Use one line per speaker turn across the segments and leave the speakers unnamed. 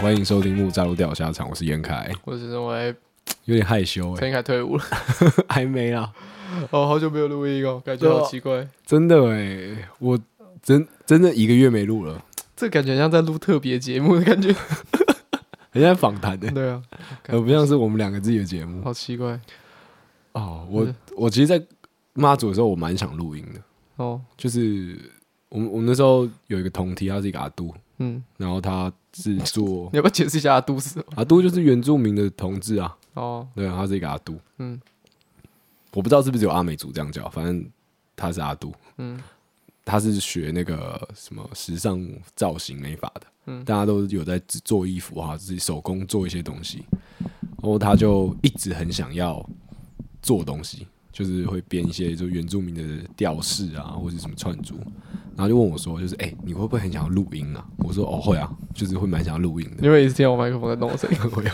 欢迎收听木栅路钓虾场，我是严 凯，
我是认为
有点害羞哎、
陈凯退伍了，
还没啦，
哦，好久没有录音哦，感觉好奇怪，
真的哎、我真真的一个月没录了，
这感觉像在录特别节目的感觉。
很像在访谈 的，
对啊，
很不像是我们两个自己的节目
好奇怪
哦。我我其实，在妈祖的时候，我蛮想录音的，
哦，
就是我们我们那时候有一个同梯，他是一个阿都，
嗯，
然后他是 做
你要不要解释一下阿都是什么？
阿都就是原住民的同志啊，
哦，
对啊，他是一个阿都，
嗯
我不知道是不是只有阿美族这样叫，反正他是阿都，
嗯，
他是学那个什么时尚造型美发的，
嗯
大家都有在制做衣服啊，自己手工做一些东西，然后他就一直很想要做东西，就是会编一些就原住民的吊饰啊，或者什么串珠，然后就问我说，就是哎、你会不会很想要录音啊？我说哦会啊，就是会蛮想要录音的 啊
你，会一直听到我麦克风在动声音？
我有。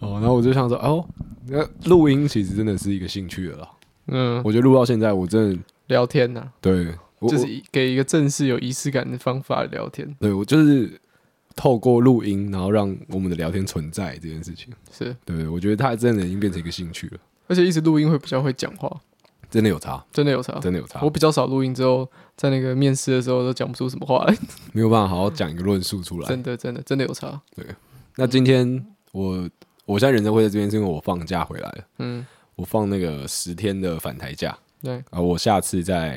哦，然后我就想说，哦，那录音其实真的是一个兴趣了啦。
嗯，
我觉得录到现在，我真的
聊天呐，
对，我
就是
我
一给一个正式有仪式感的方法聊天，
对我就是透过录音，然后让我们的聊天存在这件事情，
是，
对不对？我觉得它真的已经变成一个兴趣了，
而且一直录音会比较会讲话，
真的有差，
真的有啊差。
真的有差
哦我。比较少录音之后，在那个面试的时候都讲不出什么话来，
没有办法好好讲一个论述出来
真。的真的真的有差。
那今天我我现在人生会在这边，是因为我放假回来了，
嗯，
我放那个十天的返台假
对，
啊，我下次再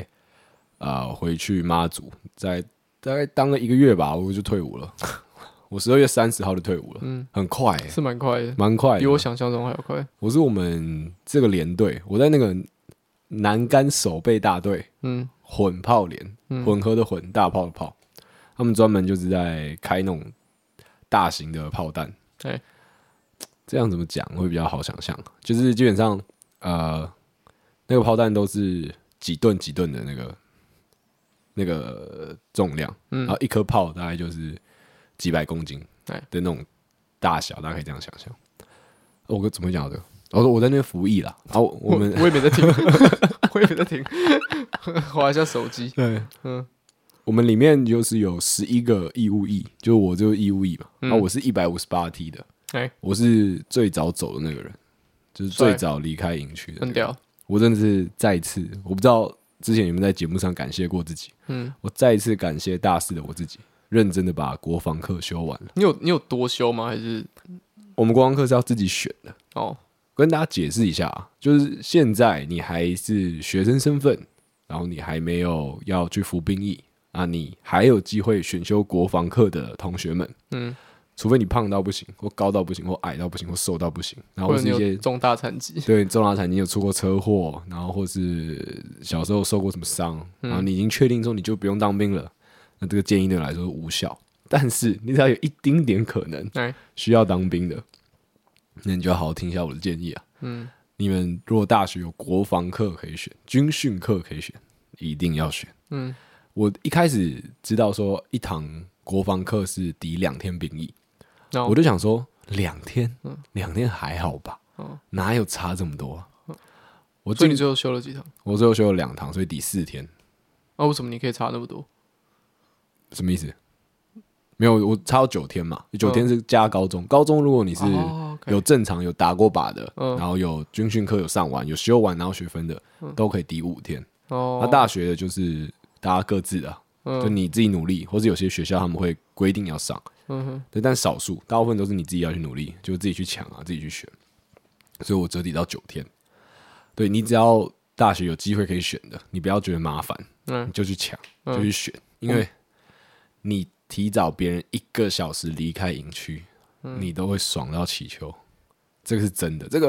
啊、呃回去妈祖，再大概当了一个月吧，我就退伍了。 我十二月三十号就退伍了，
嗯，
很快、欸，
是蛮快的，
蛮快的，
比我想象中还要快。
我是我们这个连队，我在那个南竿守备大队
嗯
混炮连，
嗯
混合的混，大炮的炮，他们专门就是在开那种大型的炮弹。
对，
这样怎么讲会比较好想象？就是基本上，呃，那个炮弹都是几吨几吨的那个那个重量，
嗯
然后一颗炮大概就是几百公斤
对
的那种大小，大家可以这样想象。哦我怎么会讲到这个？我说我在那边服役啦，然后我们
我也没在听，我也没在听，划一下手机。
对，
嗯，
我们里面就是有十一个义务役，就我就是义务役嘛，
嗯
然后我是一百五十八 T 的，
哎，
我是最早走的那个人，就是最早离开营区的
很
那个。
屌。
我真的是再一次，我不知道之前有没有在节目上感谢过自己，
嗯，
我再一次感谢大四的我自己，认真的把国防课修完了。
你有你有多修吗？还是
我们国防课是要自己选的，
哦，
跟大家解释一下啊，就是现在你还是学生身份，然后你还没有要去服兵役啊，你还有机会选修国防课的同学们，
嗯，
除非你胖到不行，或高到不行，或矮到不行，或瘦到不行，然后
或
或
者
啊是
你
一
有
些
重大残疾？
对重大产，你有出过车祸，然后或是小时候受过什么伤，然
嗯
后你已经确定说你就不用当兵了，那这个建议对你来说是无效。但是你只要有一丁点可能
哎，
需要当兵的，那你就要好好听一下我的建议啊。
嗯，
你们如果大学有国防课可以选，军训课可以选，一定要选。
嗯，
我一开始知道说一堂国防课是抵两天兵役，
然后
我就想说两天，两天还好吧，
嗯哦嗯
哪有差这么多啊、我
所以
最
你最后修了几堂？
我最后修了两堂，所以抵四天，
啊，为什么你可以差那么多？
什么意思？没有，我差到九天嘛，九天是加高中，高中如果你是
嗯哦，OK
有正常有打过靶的，
嗯
然后有军训课有上完有修完然后学分的，都可以抵五天。
哦
那，啊大学的就是大家各自的啊，就
嗯
你自己努力，或者有些学校他们会规定要上，
嗯哼，
对，但少数，大部分都是你自己要去努力，就自己去抢啊，自己去选。所以我折抵到九天，对你只要大学有机会可以选的，你不要觉得麻烦，你
嗯
就去抢，
嗯
就去选，因为你提早别人一个小时离开营区，
嗯
你都会爽到起球，这个是真的。这个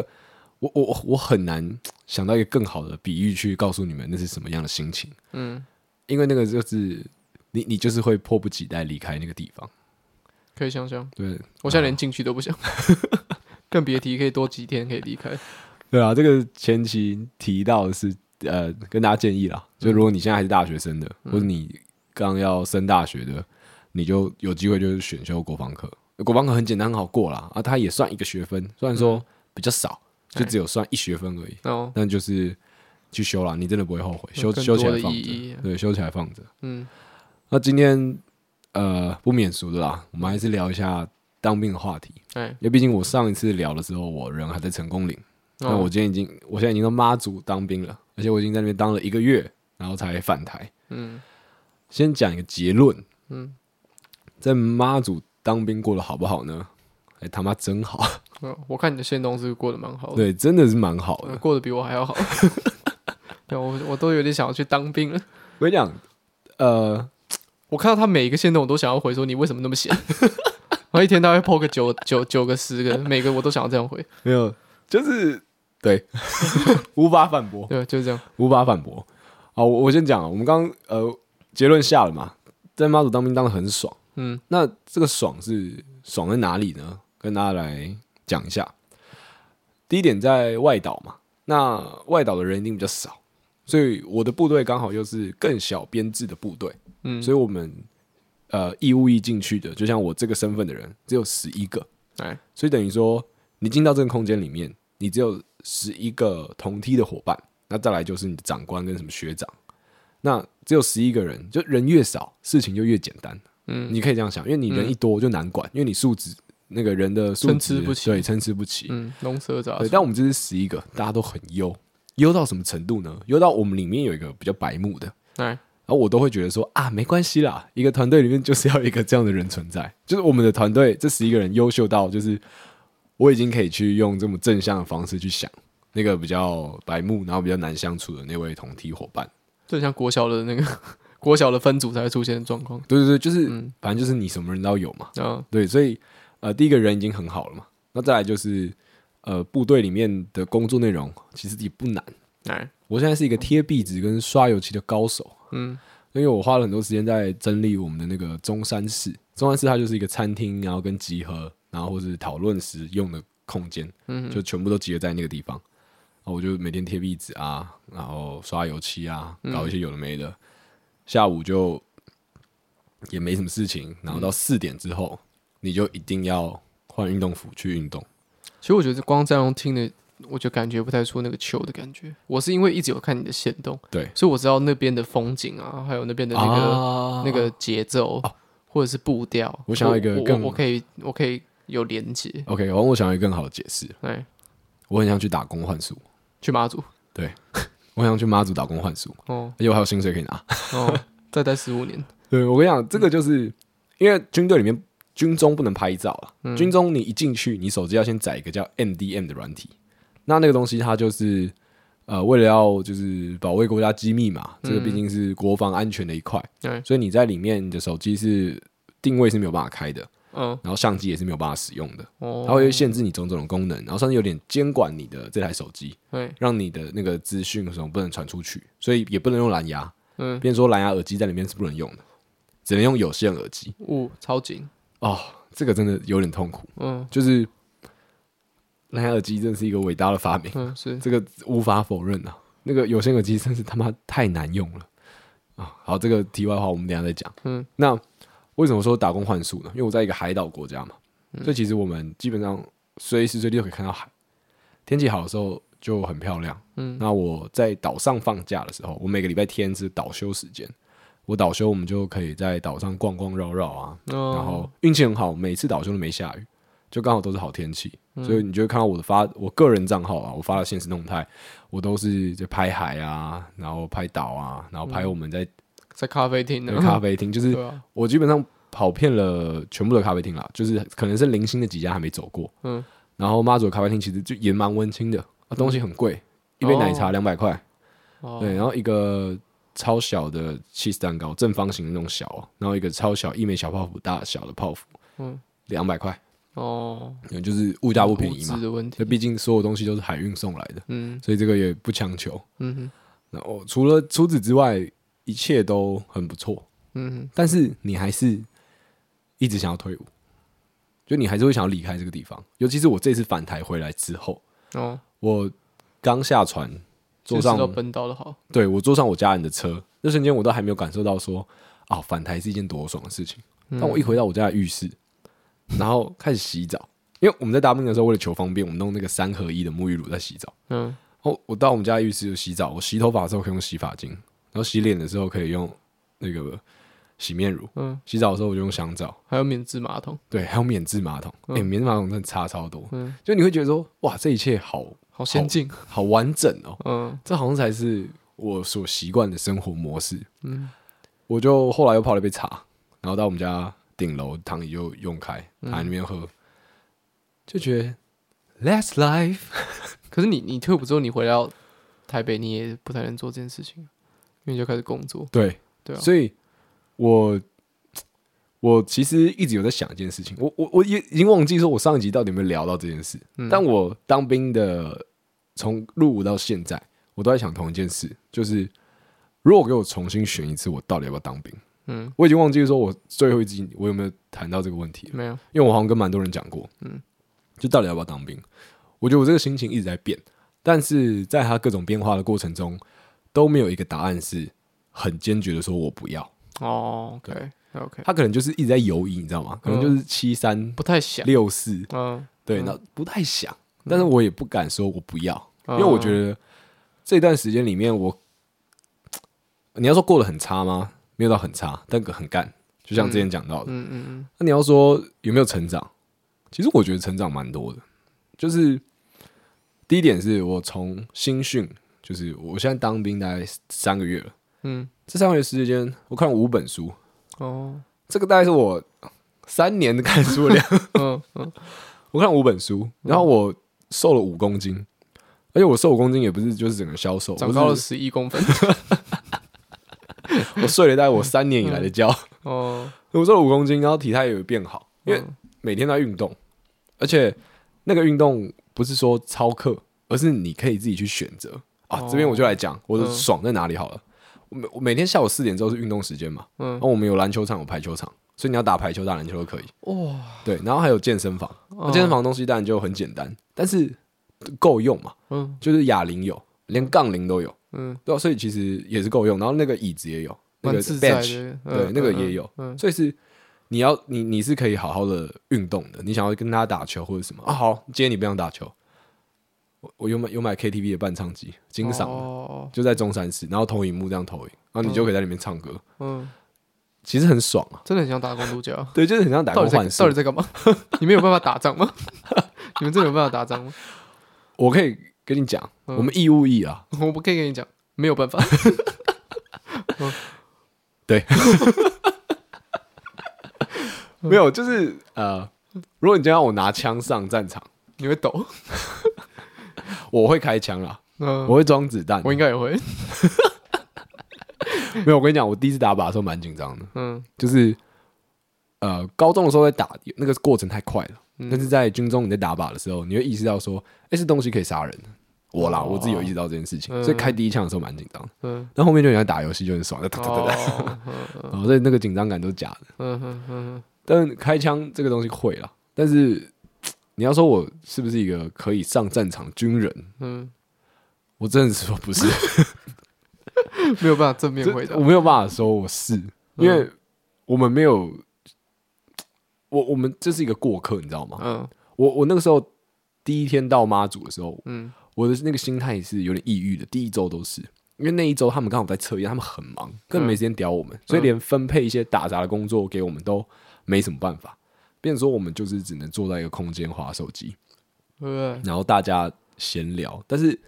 我我我我很难想到一个更好的比喻去告诉你们那是什么样的心情，
嗯，
因为那个就是你你就是会迫不及待离开那个地方，
可以想象，
对。
我现在连进去都不想，
啊
更别提可以多几天可以离开。
对啊，这个前期提到的是呃，跟大家建议啦，就如果你现在还是大学生的，或者你刚要升大学的，你就有机会就是选修国防课。国防课很简单，很好过啦，啊，它也算一个学分，虽然说比较少，就只有算一学分而已，
哦，
但就是去修啦，你真的不会后悔，修
有更
修起
多
来
的
放
意义
着，对，修起来放着。
嗯
那今天呃不免俗的啦，我们还是聊一下当兵的话题，
哎，
因为毕竟我上一次聊的时候，我人还在成功岭，
哦
那我今天已经，我现在已经到妈祖当兵了，而且我已经在那边当了一个月，然后才返台。
嗯
先讲一个结论，
嗯，
在妈祖当兵过得好不好呢？哎、他妈真好，
哦我看你的线东是过得蛮好 的，
对，真的是蛮好的
呃。过得比我还 要好。对，我我都有点想要去当兵了。
我跟你讲，呃，
我看到他每一个线动，我都想要回说你为什么那么闲。 我一天大概 PO 个九九九个十个，每个我都想要这样回。
没有，就是对， 无法反驳，
对，就是这样。
无法反驳。好，我我先讲啊，我们刚刚呃结论下了嘛，在妈祖当兵当的很爽。
嗯
那这个爽是爽在哪里呢？跟大家来讲一下。第一点在外岛嘛，那外岛的人一定比较少，所以我的部队刚好又是更小编制的部队，
嗯，
所以我们呃义务役进去的，就像我这个身份的人只有十一个，
哎，
所以等于说你进到这个空间里面，你只有十一个同梯的伙伴，那再来就是你的长官跟什么学长，那只有十一个人，就人越少，事情就越简单。
嗯
你可以这样想，因为你人一多就难管，因为你素质那个人的素质
参差不齐
对，参差不齐。
嗯，龙蛇杂
对，
处。
但我们这是十一个，大家都很优，优到什么程度呢？优到我们里面有一个比较白目的，
哎，
然后我都会觉得说啊，没关系啦，一个团队里面就是要有一个这样的人存在， 就是我们的团队这十一个人优秀到，就是我已经可以去用这么正向的方式去想那个比较白目，然后比较难相处的那位同梯伙伴。
就很像国小的那个 国小的分组才会出现的状况。
对对对，就是、
嗯
反正就是你什么人都要有嘛。
啊，
对，所以呃，第一个人已经很好了嘛。那再来就是呃，部队里面的工作内容其实也不难。
哎，
我现在是一个贴壁纸跟刷油漆的高手，
嗯
因为我花了很多时间在整理我们的那个中山市。中山市它就是一个餐厅，然后跟集合，然后或是讨论时用的空间，
嗯，
就全部都集合在那个地方。然后我就每天贴壁纸啊，然后刷油漆啊，
嗯
搞一些有的没的。下午就也没什么事情，然后到四点之后，你就一定要换运动服去运动。
其实我觉得光这样听的，我就感觉不太出那个球的感觉。我是因为一直有看你的线动，
对，
所以我知道那边的风景啊，还有那边的那个、
啊哦
那个节奏、或者是步调。
我想要一个
我
更
我我可以我可以有连接，
OK，然后我想要一个更好的解释，
哎，
我很想去打工换宿，
去马祖
我很想去妈祖打工换宿，
哦
而且我还有薪水可以拿。
哦，再待十五年，
对我跟你讲，这个就是、因为军队里面军中不能拍照了，军中你一进去，你手机要先载一个叫 MDM 的软体，那那个东西它就是呃为了要就是保卫国家机密嘛，这个毕竟是国防安全的一块，
哎，
所以你在里面你的手机是定位是没有办法开的，
嗯
然后相机也是没有办法使用的，它
哦，
会限制你种种的功能，然后甚至有点监管你的这台手机，
哎
让你的那个资讯什么不能传出去，所以也不能用蓝牙，
嗯，
变成说蓝牙耳机在里面是不能用的，只能用有线耳机。
雾超紧，
哦，这个真的有点痛苦，
嗯
就是蓝牙耳机真的是一个伟大的发明，
嗯是，
这个无法否认啊。那个有线耳机真是他妈太难用了啊、好，这个题外话我们等一下再讲。
嗯，
那为什么说打工换宿呢？因为我在一个海岛国家嘛，
嗯
所以其实我们基本上随时随地都可以看到海。天气好的时候就很漂亮。
嗯，
那我在岛上放假的时候，我每个礼拜天是岛休时间。我岛休，我们就可以在岛上逛逛绕绕啊，然
然
后运气很好，每次岛休都没下雨，就刚好都是好天气，
嗯
所以你就会看到我的发我个人账号啊，我发的现实动态，我都是在拍海啊，然后拍岛啊，然后拍我们在
在咖啡厅
那
呢
个，咖啡厅，就是
对啊，
我基本上跑遍了全部的咖啡厅啦，就是可能是零星的几家还没走过，
嗯，
然后妈祖的咖啡厅其实就也蛮温馨的，啊、东西很贵，一杯奶茶两百块，
嗯哦
对，然后一个超小的 cheese 蛋糕，正方形的那种小哦，然后一个超小一枚小泡芙大小的泡芙，
嗯，
两百块，
哦，
嗯就是物价不便宜
物
嘛
资，的问题
那，毕竟所有东西都是海运送来的，
嗯
所以这个也不强求。
嗯哼
然后除了除此之外，一切都很不错，
嗯哼。
但是你还是一直想要退伍，就你还是会想要离开这个地方。尤其是我这次返台回来之后，
哦，
我刚下船，坐
就
上
知道奔道的好，
对我坐上我家人的车，那瞬间我都还没有感受到说啊，返台是一件多爽的事情。但我一回到我家的浴室，然后开始洗澡，因为我们在大兵的时候，为了求方便，我们弄那个三合一的沐浴乳在洗澡。
嗯，
然后我到我们家的浴室就洗澡，我洗头发的时候可以用洗发精，然后洗脸的时候可以用那个洗面乳，
嗯，
洗澡的时候我就用香皂，
还有免治马桶，
对，还有免治马桶，哎、免治马桶真的差超多，
嗯
就你会觉得说，哇，这一切好
好先进，
好完整哦，
嗯
这好像才是我所习惯的生活模式。
嗯，
我就后来又泡了一杯茶，然后到我们家顶楼躺椅就用开，躺在那边喝，就觉得
嗯
that's life。
可是你你退伍之后，你回到台北，你也不太能做这件事情，因为你就开始工作，
对，
对啊，
所以我我其实一直有在想一件事情，我我我也已经忘记说我上一集到底有没有聊到这件事，
嗯
但我当兵的从入伍到现在，我都在想同一件事，就是如果给我重新选一次，我到底要不要当兵？
嗯，
我已经忘记说我最后一集我有没有谈到这个问题了，
没有，
因为我好像跟蛮多人讲过，嗯，就到底要不要当兵？我觉得我这个心情一直在变，但是在它各种变化的过程中，都没有一个答案是很坚决的说我不要。
哦，OK OK，
他可能就是一直在犹疑，你知道
嗯
吗？可能就是七三
不太想，
六四，
嗯，
对，那不太想，但是我也不敢说我不要，因
嗯
为我觉得这段时间里面我，你要说过得很差吗？没有到很差，但很干，就像之前讲到的，
嗯嗯嗯，
那你要说有没有成长？其实我觉得成长蛮多的，就是第一点是我从新训，就是我现在当兵大概三个月了，
嗯，
这三个月时间我看了五本书，
哦，
这个大概是我三年的看书的量，
嗯嗯，
我看了五本书，然后我瘦了五公斤，而且我瘦五公斤也不是就是整个消瘦，
长
我是
高了十一公分，
我睡了大概我三年以来的觉，
哦，
我瘦了五公斤，然后体态也有变好，因为
嗯
每天都在运动，而且那个运动不是说操课，而是你可以自己去选择啊
哦。
这边我就来讲我的
嗯
爽在哪里好了。我每我每天下午四点之后是运动时间嘛，啊
嗯
然后我们有篮球场有排球场，所以你要打排球打篮球都可以。
哇，
对，然后还有健身房，那
嗯
健身房的东西当然就很简单，但是够用嘛，
嗯
就是哑铃有，连杠铃都有，
嗯，
对、啊、所以其实也是够用。然后那个椅子也有，那
蛮
个
自在
bench
的，
对，
嗯
那个也有，
嗯
所以是你要你你是可以好好的运动的，你想要跟他打球或者什么啊？好，今天你不想打球，我我有买有买 KTV 的伴唱机，经赏的，
哦，
就在中山市，然后投影幕这样投影，然后你就可以在里面唱歌，
嗯，
其实很爽啊，
真的很想打工度假。
对，就是很像打
到
工
底在
换
到底
宿，
在干嘛？ 你们有办法打仗吗？ 你们真的有办法打仗吗？
我可以跟你讲，我们义务役啊，
我不可以跟你讲，没有办法。
没有，就是呃，如果你今天让我拿枪上战场，
你会抖，
我会开枪啦，
嗯，
我会装子弹，
我应该 也会，
没有，我跟你讲，我第一次打靶的时候蛮紧张的。
嗯
就是呃，高中的时候在打，那个过程太快了。
嗯
但是在军中你在打靶的时候，你会意识到说，哎、这东西可以杀人。我啦，
哦
我自己有意识到这件事情，
嗯
所以开第一枪的时候蛮紧张的。
嗯，
但后面就很像打游戏，就很爽，就哒哒哒哒。
哦，嗯
然后所以那个紧张感都是假的。
嗯嗯嗯
但开枪这个东西会啦，但是你要说我是不是一个可以上战场的军人，
嗯，
我真的是说不是。
嗯没有办法正面
这
回答
我，没有办法说我是，
嗯
因为我们没有，我我们这是一个过客，你知道吗？
嗯
我我那个时候第一天到妈祖的时候，
嗯
我的那个心态是有点抑郁的，第一周都是。因为那一周他们刚好在测验，他们很
嗯
忙，根本没时间屌我们，所以连分配一些打杂的工作给我们都没什么办法。变成说我们就是只能坐在一个空间划手机，
对，
然后大家闲聊，但是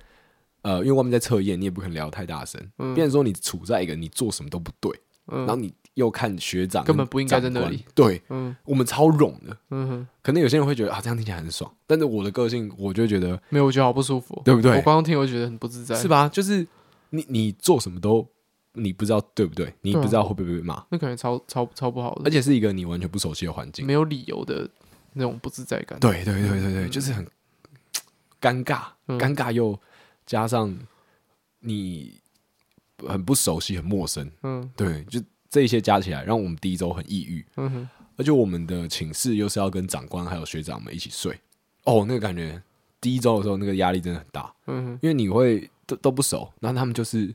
呃，因为外面在测验，你也不可能聊太大声，
嗯
变成说你处在一个你做什么都不对，然后
嗯
你又看学长
根本不应该在那里
长官，对
嗯
我们超冗的。
嗯哼，
可能有些人会觉得啊，这样听起来很爽，但是我的个性，我就会觉得
没有，我觉得好不舒服，
对不对
我刚刚听我觉得很不自在，
是？吧？就是你你做什么都你不知道对不对，你
对啊
不知道会不会被骂，
那感觉超超超不好的
而，且是一个你完全不熟悉的环境。
没有理由的那种不自在感，
对对对对对，就是很尴尬，
嗯
尴尬又加上你很不熟悉、很陌生，
嗯
对，就这一些加起来，让我们第一周很抑郁。
嗯哼，
而且我们的寝室又是要跟长官还有学长们一起睡，哦，那个感觉第一周的时候那个压力真的很大，
嗯
因为你会都都不熟，然后他们就是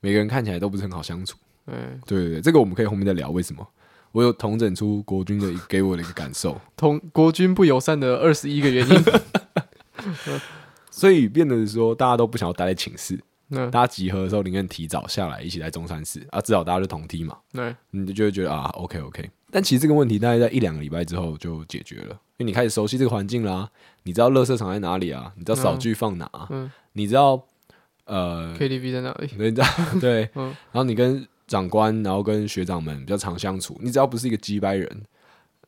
每个人看起来都不是很好相处。
哼，哎，
对对对，这个我们可以后面再聊为什么。我有统整出国军的一给我的一个感受，
同国军不友善的 二十一个原因，
所以变得说大家都不想要待在寝室，
嗯
大家集合的时候，宁愿提早下来，一起来中山市啊，至少大家就同梯嘛，
对，
你就会觉得啊，OK OK。但其实这个问题大概在一两个礼拜之后就解决了，因为你开始熟悉这个环境啦，你知道垃圾场在哪里啊，你知道扫具放哪、啊，
嗯
你知道呃，
，KTV 在那里，
你知 道对，
嗯
然后你跟长官，然后跟学长们比较常相处，你只要不是一个鸡掰人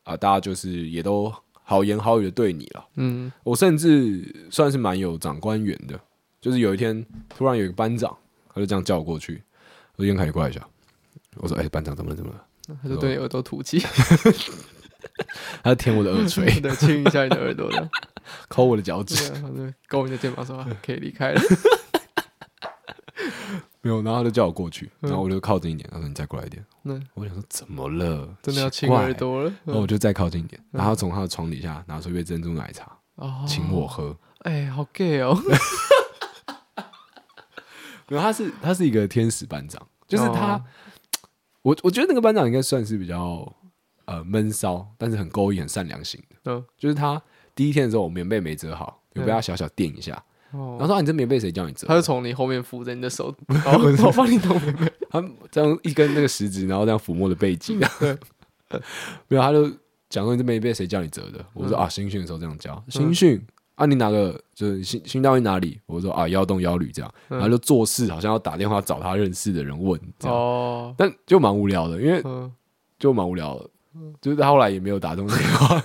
啊，大家就是也都好言好语的对你了。
嗯
我甚至算是蛮有长官缘的，就是有一天突然有一个班长，他就这样叫我过去，我就先开始怪一下，我说：“哎、班长怎么了？怎么了
他就对你耳朵吐气，？”
他就舔我的耳垂，
对，亲一下你的耳朵的，
抠我的脚趾，
对，他就勾你的肩膀说啊可以离 开了，
没有，然后他就叫我过去，
嗯
然后我就靠近一点，他说：“你再过来一点。
那”
我想说怎么了？
真的要
奇
亲
怪
耳。朵了，
然后我就再靠近一点，
嗯
然后他从他的床底下拿出一杯珍珠奶茶，
哦
请我，喝。
哎，好 gay 哦，
没有，他是他是一个天使班长，就是他，
哦
我我觉得那个班长应该算是比较呃闷骚，但是很勾引、很善良型的。
嗯，
就是他第一天的时候，我棉被没折好，有被
嗯
他小小电一下，然后
哦，
说、啊、你这棉被谁叫你折
他？就从你后面扶着你 的手，哦我帮你弄妹妹，
他这样一根那个食指，然后这样抚摸的背脊，
嗯
没有，他就讲说你这棉被谁叫你折的？我
嗯
说、啊，新训的时候这样教，新训。啊，你哪个就是新新到你哪里？我说啊，腰动腰捋这样，
嗯
然后就做事好像要打电话找他认识的人问这样，
哦，
但就蛮无聊的，因为
嗯，
就蛮无聊的，就是他后来也没有打中电话，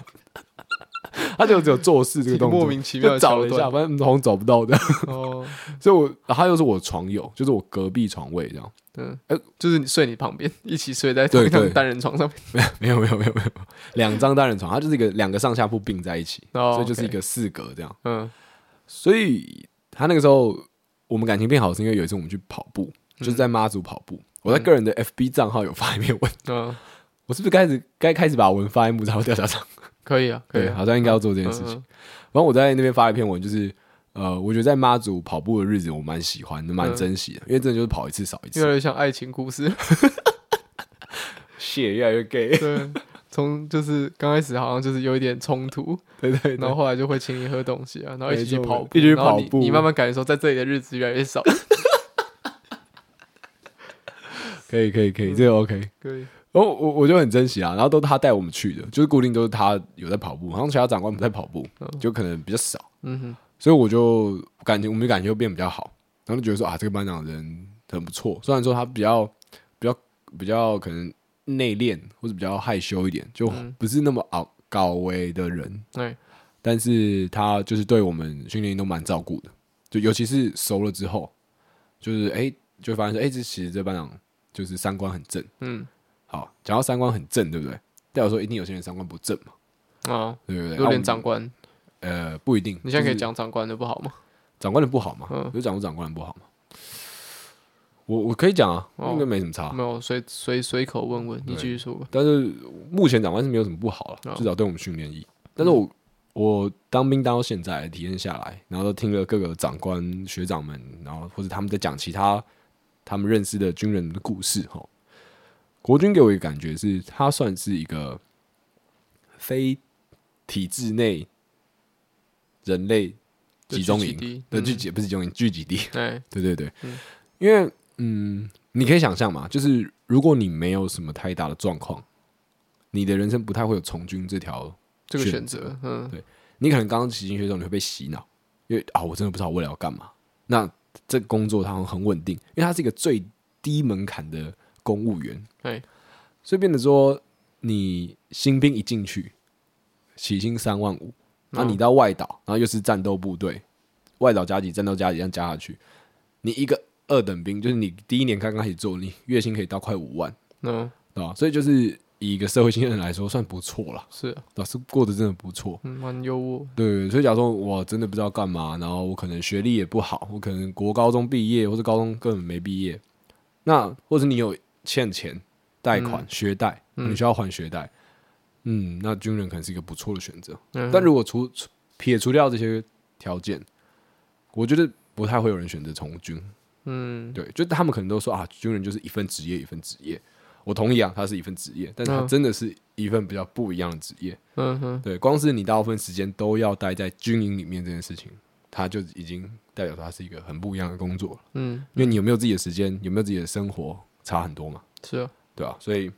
他就只有做事这个动作，
莫名其妙
就
的
找了
桥
一下，
段，
反正好像找不到的，
哦，
所以我啊他又是我床友，就是我隔壁床位这样，
嗯
哎，
就是你睡你旁边，一起睡在同
对
一张
对
单人床上面，
没有没有没有没有，两张单人床，它就是一个两个上下铺并在一起，
哦
所以就是一
OK
个四格这样，
嗯
所以他那个时候我们感情变好是因为有一次我们去跑步，就
嗯
是在妈祖跑步，我在个人的 FB 账号有发一篇文，
嗯，
我是不是开始该开始把文发在木造调查上？
可以啊，可以
对，
啊，
好像应该要做这件
嗯
事情。
嗯
然后我在那边发了一篇文，就是呃，我觉得在妈祖跑步的日子，我蛮喜欢的，
嗯
蛮珍惜的，因为真的就是跑一次少一
越来
次，
越像爱情 故事。
血越来越 gay，
对，从就是刚开始好像就是有一点冲突，
对对
然
对
后后来就会请你喝东西啊，然后一起去
没错
跑步，
一起去
然后你
跑步
你慢慢感受在这里的日子越来 越少。
可以可以可以，
嗯
这个 OK。
可以，
然哦后我我就很珍惜啊，然后都是他带我们去的，就是固定都是他有在跑步，好像其他长官不在跑步，就可能比较少，
嗯哼，
所以我就感觉我们的感情就变比较好，然后就觉得说啊，这个班长人很不错，虽然说他比较比较比较可能内敛或者比较害羞一点，就
嗯
不是那么搞高危的人，
对，
但是他就是对我们训练营都蛮照顾的，就尤其是熟了之后，就是哎、诶就会发现说，哎、这其实这班长就是三观很正。
嗯，
好，讲到三观很正，对不对？代表说一定有些人三观不正嘛，
啊，
对不对？
有
啊我
点
们
长官，
呃不一定，
你现在可以
就是
讲长官的不好吗？
长官的不好嘛？
嗯
有讲过长官的不好嘛？我我可以讲啊，
哦
应该没什么差。
没有，随随随口问问，你继续说吧。
但是目前长官是没有什么不好了，
哦
至少对我们训练意。但是
嗯
我、我当兵当到现在体验下来，然后都听了各个长官学长们，然后或者他们在讲其他他们认识的军人的故事哈。国军给我一个感觉是，他算是一个非体制内人类
的
集中
聚集
营
地
的
嗯
聚集，不是集中营聚集地，
哎，
对对对，
嗯
因为嗯，你可以想象嘛，就是如果你没有什么太大的状况，你的人生不太会有从军这条，
这个
选
选
择
择，嗯
对，你可能刚刚起进学的时候你会被洗脑，因为啊，我真的不知道我未来要干嘛。那这个工作它很很稳定，因为它是一个最低门槛的公务员，
哎，
所以变得说，你新兵一进去，起薪三万五，那你到外岛，然后又是战斗部队，外岛加级、战斗加级这样加下去，你一个二等兵，就是你第一年刚刚开始做，你月薪可以到快五万，
嗯，
对吧？所以就是以一个社会新鲜人来说，算不错了，
是啊，
老师过得真的不错。
嗯，蛮优渥，
对，所以假如说我真的不知道干嘛，然后我可能学历也不好，我可能国高中毕业或者高中根本没毕业，那或者你有欠钱、贷
嗯
款、学贷，你需要还学贷，嗯，那军人可能是一个不错的选择。
嗯
但如果除除撇除掉这些条件，我觉得不太会有人选择从军。
嗯，
对，就他们可能都说啊，军人就是一份职业一份职业，我同意啊，它是一份职业，但是它
嗯
真的是一份比较不一样的职业。
嗯哼，
对，光是你大部分时间都要待在军营里面这件事情，他就已经代表说他是一个很不一样的工作了。
嗯，
因为你有没有自己的时间，有没有自己的生活，差很多嘛，
是啊，
对吧、所以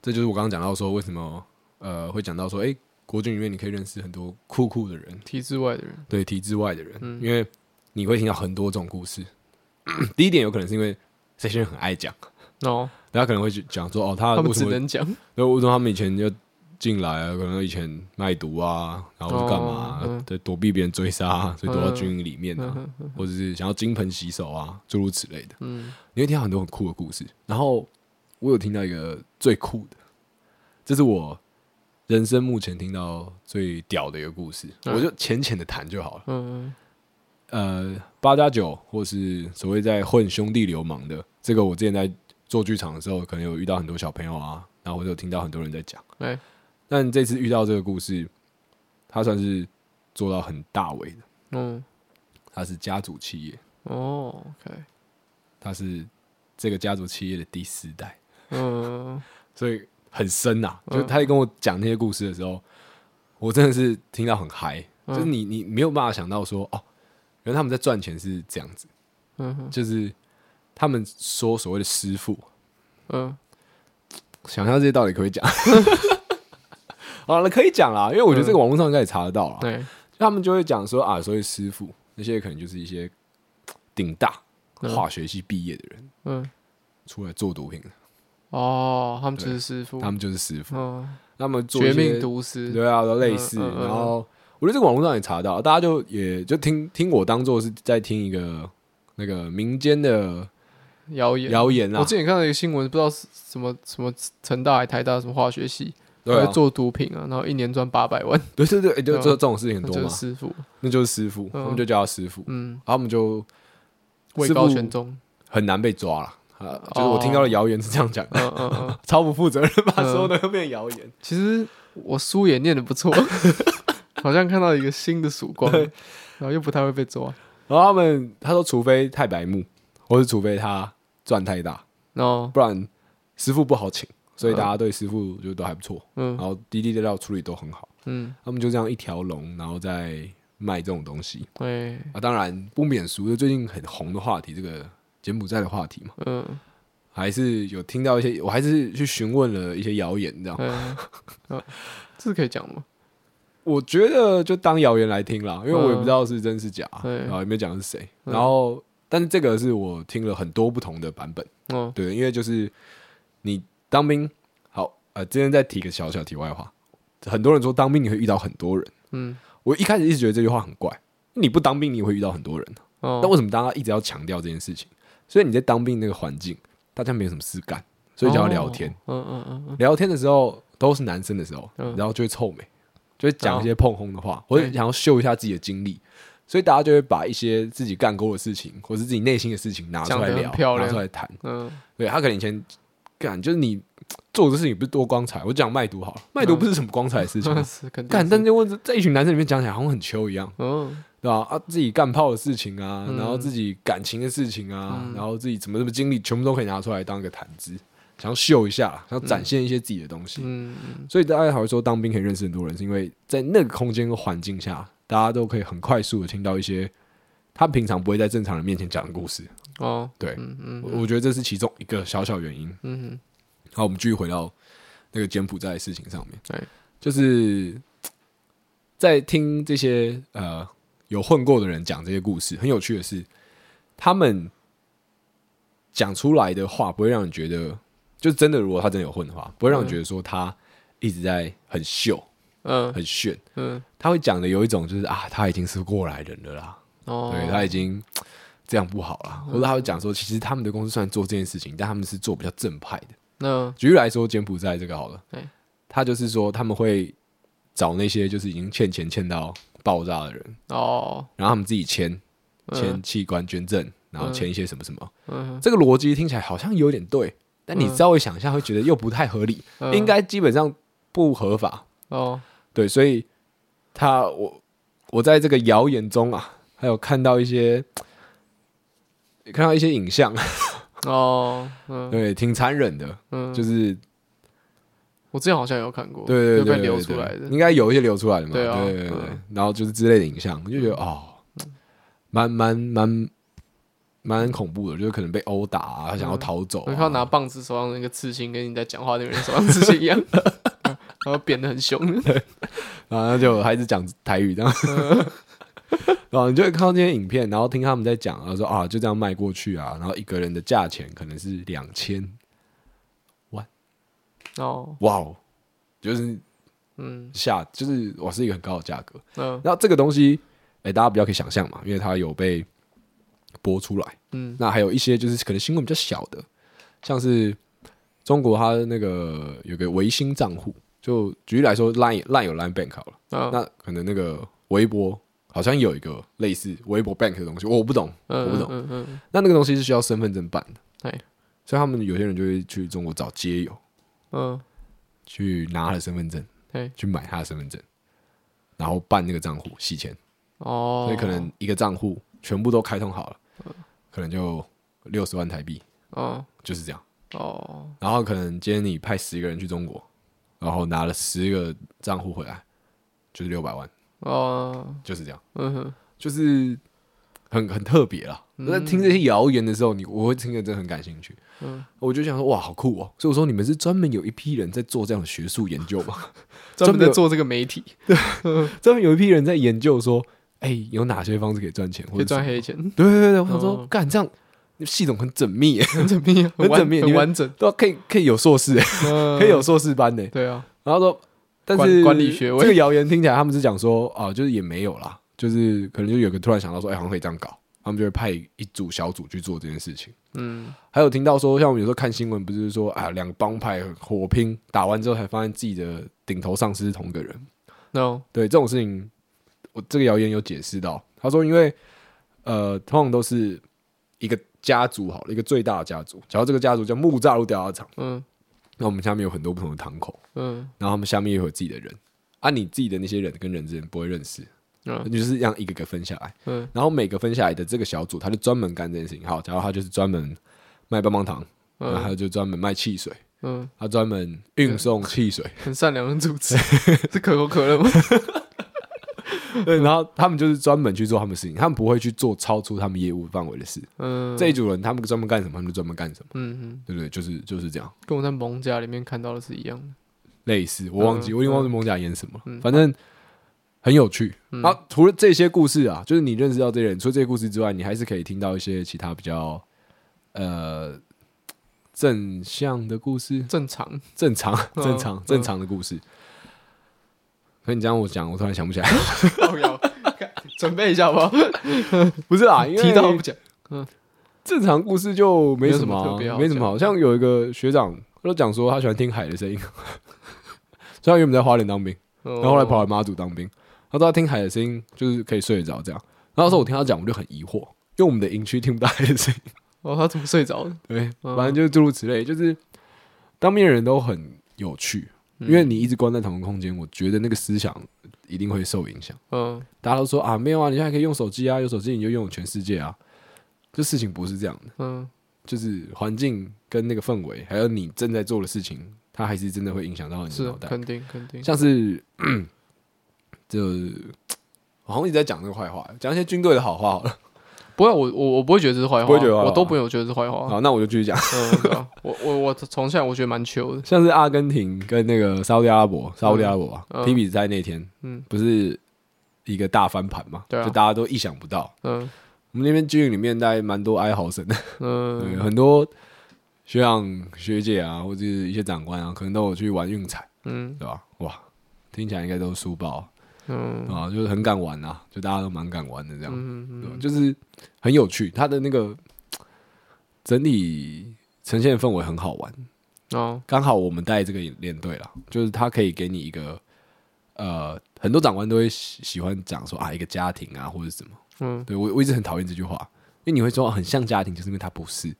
这就是我刚刚讲到说，为什么呃会讲到说，哎、国军里面你可以认识很多酷酷的人，
体制外的人，
对体制外的人，因为你会听到很多这种故事。 第一点有可能是因为这些人很爱讲，
哦，
大家可能会去讲说，哦，他
他们
为什
只
么
能讲，
那为什么他们以前就进来啊？可能以前卖毒啊，然后是干嘛、
哦嗯
对，躲避别人追杀、啊，所以躲到军营里面啊，
嗯
或者是想要金盆洗手啊，诸如此类的。
嗯，
你会听到很多很酷的故事。然后我有听到一个最酷的，这是我人生目前听到最屌的一个故事，
嗯
我就浅浅的谈就好了。
嗯，
呃，八加九或是所谓在混兄弟流氓的，这个我之前在做剧场的时候，可能有遇到很多小朋友啊，然后我就听到很多人在讲。
哎，
但这次遇到这个故事，他算是做到很大尾的，
嗯，
他是家族企业，
哦，OK，
他是这个家族企业的第四代，
嗯，
所以很深呐、
嗯
就他在跟我讲那些故事的时候，我真的是听到很嗨，
嗯
就是你你没有办法想到说哦，原来他们在赚钱是这样子，
嗯哼，
就是他们说所谓的师傅，
嗯，
想象这些道理可不可以讲？ 好了，可以讲啦，因为我觉得
嗯
这个网络上应该也查得到啦。
对，
他们就会讲说啊，所谓师傅那些可能就是一些顶大
嗯
化学系毕业的人
嗯，
出来做毒品的，
哦，他们只
对
是师傅，
他们就是师傅，
嗯，
他们做一
绝
些
命毒师，
对啊，都类似。
嗯嗯嗯
然后我觉得这个网络上也查到，大家就也就听听我当做是在听一个那个民间的
谣言，
谣言
我
啊
之，前看到一个新闻，不知道是什么什么成大还台大什么化学系，
对啊
在，做毒品啊，然后一年赚八百万，
对对对，就
对啊
这这种事情很
那
多
就
嘛
是，师傅，
那就是师傅，
嗯
他们就叫他师傅，
嗯，
然后他们就
位
师
高
傅
权重，哦
很难被抓了。啊，就是我听到的谣言是这样讲的，
嗯嗯嗯，
超不负责任，把
嗯
所有的都变成谣言。
其实我书也念的不错， 好像看到一个新的曙光，然后又不太会被抓，
然后他们他说，除非太白目，或是除非他赚太大，
然后
不然师傅不好请，所以大家对师傅就都还不错，然
嗯
后滴滴的料处理都很好，
嗯，
他们就这样一条龙，然后再卖这种东西
对，
啊。当然不免俗，就最近很红的话题，这个柬埔寨的话题嘛，
嗯
还是有听到一些，我还是去询问了一些谣言，这样
对，嗯，这是可以讲的吗？
我觉得就当谣言来听啦，因为我也
嗯
不知道是真是假，
对
然后也没有讲是谁。
嗯
然后，但是这个是我听了很多不同的版本，
嗯
对，因为就是你当兵，好，呃，今天再提个小小题外话，很多人说当兵你会遇到很多人，
嗯
我一开始一直觉得这句话很怪，你不当兵你也会遇到很多人，
哦
那、，为什么大家一直要强调这件事情？所以你在当兵那个环境，大家没有什么事干，所以就要聊天。
哦，嗯嗯嗯
聊天的时候都是男生的时候，
嗯
然后就会臭美，就会讲一些碰轰的话，或者
对
想要秀一下自己的经历，所以大家就会把一些自己干过的事情，或是自己内心的事情拿出来
讲得
聊
很，漂亮
拿出来谈。
嗯
对他可能以前干就是你做的事情不是多光彩，我讲卖毒好了，卖毒不是什么光彩的事情
嗯，
啊，
是肯 定
干、
是，
但就问在一群男生里面讲起来好像很秋一样，
嗯
对吧、啊，自己干炮的事情啊，
嗯
然后自己感情的事情啊，
嗯
然后自己怎么怎么经历，全部都可以拿出来当一个谈资，想要秀一下，想要展现一些自己的东西。
嗯嗯
所以大家还会说当兵可以认识很多人，是因为在那个空间和环境下，大家都可以很快速的听到一些他平常不会在正常人面前讲的故事。
哦，
对
嗯嗯
我我觉得这是其中一个小小原因。
嗯嗯
好，我们继续回到那个柬埔寨的事情上面。
对，
就是嘖在听这些呃有混过的人讲这些故事，很有趣的是，他们讲出来的话不会让你觉得，就真的如果他真的有混的话，不会让你觉得说他一直在很秀、
嗯
很炫。
嗯，
他会讲的有一种就是啊，他已经是过来人了啦，
哦，
对他已经嘖这样不好啦，或者他会讲说，其实他们的公司虽然做这件事情，但他们是做比较正派的。
那
举例来说，柬埔寨这个好了
对，
他就是说他们会找那些就是已经欠钱欠到爆炸的人，
哦，
然后他们自己签
嗯
签器官捐赠，然后
嗯
签一些什么什么。
嗯
这个逻辑听起来好像有点对，但你
嗯
稍微想一下，会觉得又不太合理，
嗯
应该基本上不合法。
哦，
对，所以他我我在这个谣言中啊，还有看到一些看到一些影像，
哦，嗯
对，挺残忍的，
嗯，
就是
我之前好像有看过，
对对
就
对
被
对，
流
对
出来的
应。该有一些流出来的嘛，
对嗯啊
对对对
嗯
然后就是之类的影像，就觉得哦，蛮蛮蛮蛮恐怖的，就是可能被殴打啊，想要
嗯
逃走、
我
啊，
看到拿棒子手上那个刺青，跟你在讲话那个人手上刺青一样， 然后变得很凶。
然后就还是讲台语这样，
嗯
然后你就会看到这些影片，然后听他们在讲，然后说啊就这样卖过去啊，然后一个人的价钱可能是两千，
哦，
哇哦，就是
嗯
下就是我是一个很高的价格，
嗯
那这个东西，哎、大家比较可以想象嘛，因为它有被播出来。
嗯
那还有一些就是可能新闻比较小的，像是中国它那个有个维新账户，就举例来说，Line Line 有 Line Bank 好了，
嗯
那可能那个微博好像有一个类似微博 Bank 的东西，我不懂，我不
嗯
懂。
嗯嗯，
那那个东西是需要身份证办的，
哎
所以他们有些人就会去中国找街友
嗯
去拿他的身份证，
对
去买他的身份证，然后办那个账户洗钱。
哦，
所以可能一个账户全部都开通好了，可能就六十万台币，
哦
就是这样。
哦
然后可能今天你派十个人去中国，然后拿了十个账户回来，就是六百万，
哦
就是这样，
嗯哼
就是很很特别啦。那听这些谣言的时候，你我会听得真的很感兴趣，
嗯，
我就想说哇，好酷哦！所以我说你们是专门有一批人在做这样的学术研究吗？
专门在
有
做这个媒体，
专门有一批人在研究说，哎、有哪些方式可以赚钱，或
可以
者
赚
什么
黑钱，
对对对，我想说
哦
干、这样系统很缜密耶，
很缜密啊，
很
完
缜密你
很
们
完 整，
对啊、可以可以有硕士耶，
嗯
可以有硕士班呢。
对啊，
然后说，但是
管管理学位
这个谣言听起来，他们是讲说啊，就是也没有啦，就是可能就有个突然想到说，哎、好像可以这样搞，他们就会派一组小组去做这件事情。
嗯
还有听到说，像我们有时候看新闻，不是说啊，两个帮派火拼，打完之后才发现自己的顶头上司是同一个人。
，no，
对这种事情，我这个谣言有解释到，他说因为呃，通常都是一个家族好了，一个最大的家族，假如这个家族叫木栅路雕花厂，
嗯
那我们下面有很多不同的堂口，
嗯
然后他们下面也有自己的人，啊，你自己的那些人跟人之间不会认识，
嗯
你就是这样一个个分下来，
嗯
然后每个分下来的这个小组，他就专门干这件事情。好，假如他就是专门卖棒棒糖，然后
嗯
他就专门卖汽水，
嗯，
他专门运送汽水，
很善良的主持， 是可口可 乐吗？
对，然后他们就是专门去做他们的事情，他们不会去做超出他们业务范围的事。
嗯，
这一组人他们专门干什么，他们就专门干什么，
嗯嗯，
对不对？就是就是这样，
跟我在蒙家里面看到的是一样的，
类似我忘记，
嗯
我已经忘记蒙甲演什么了，反正很有趣。
嗯
然后除了这些故事啊，就是你认识到这些人，除了这些故事之外，你还是可以听到一些其他比较呃正向的故事，
正常，
正常、
嗯
正常、
嗯
正常的故事。可你这样我讲，我突然想不起来，
靠腰看准备一下吧，
不是啊啦，因为
提到不讲，
正常故事就没什么
没有什么
啊、
特别好
没什么好。像有一个学长，他就讲说他喜欢听海的声音， 虽然原本在花莲当兵，
然
然后后来跑来马祖当兵，他说他听海的声音就是可以睡得着这样。然后那时候我听他讲，我就很疑惑，因为我们的营区听不到海的声音。
哦，他怎么睡着的？
对，
嗯
反正就是诸如此类，就是当兵的人都很有趣，
嗯
因为你一直关在同一个空间，我觉得那个思想一定会受影响。
嗯
大家都说啊，没有啊，你现在可以用手机啊，有手机你就拥有全世界啊。这事情不是这样的。
嗯
就是环境跟那个氛围，还有你正在做的事情，它还是真的会影响到你的
是
脑袋。
肯定肯定，
像是，就我好像一直在讲那个坏话，讲一些军队的好话好了。
不会，我我我不会觉得这是坏话，
不会觉得坏话啊
我都不会有觉得是坏话。
好，那我就继续讲，
嗯，对啊我我我从现在我觉得蛮糗的，
像是阿根廷跟那个沙特阿拉伯，沙特阿拉伯啊
嗯
踢比赛那天，
嗯
不是一个大翻盘嘛？
对啊
就大家都意想不到。
嗯
我们那边军营里面大概蛮多哀嚎声的，对，啊
嗯
很多学长学姐啊，或者是一些长官啊，可能都有去玩运彩。
嗯
对吧？哇，听起来应该都是书包
嗯
啊，就是很敢玩啊，就大家都蛮敢玩的这样，
嗯
对吧就是很有趣。它的那个整体呈现的氛围很好玩，
哦
刚好我们带这个练队啦，就是它可以给你一个呃，很多长官都会喜喜欢讲说啊，一个家庭啊或者什么。
嗯，
对我我一直很讨厌这句话，因为你会说、啊很像家庭，就是因为它不是，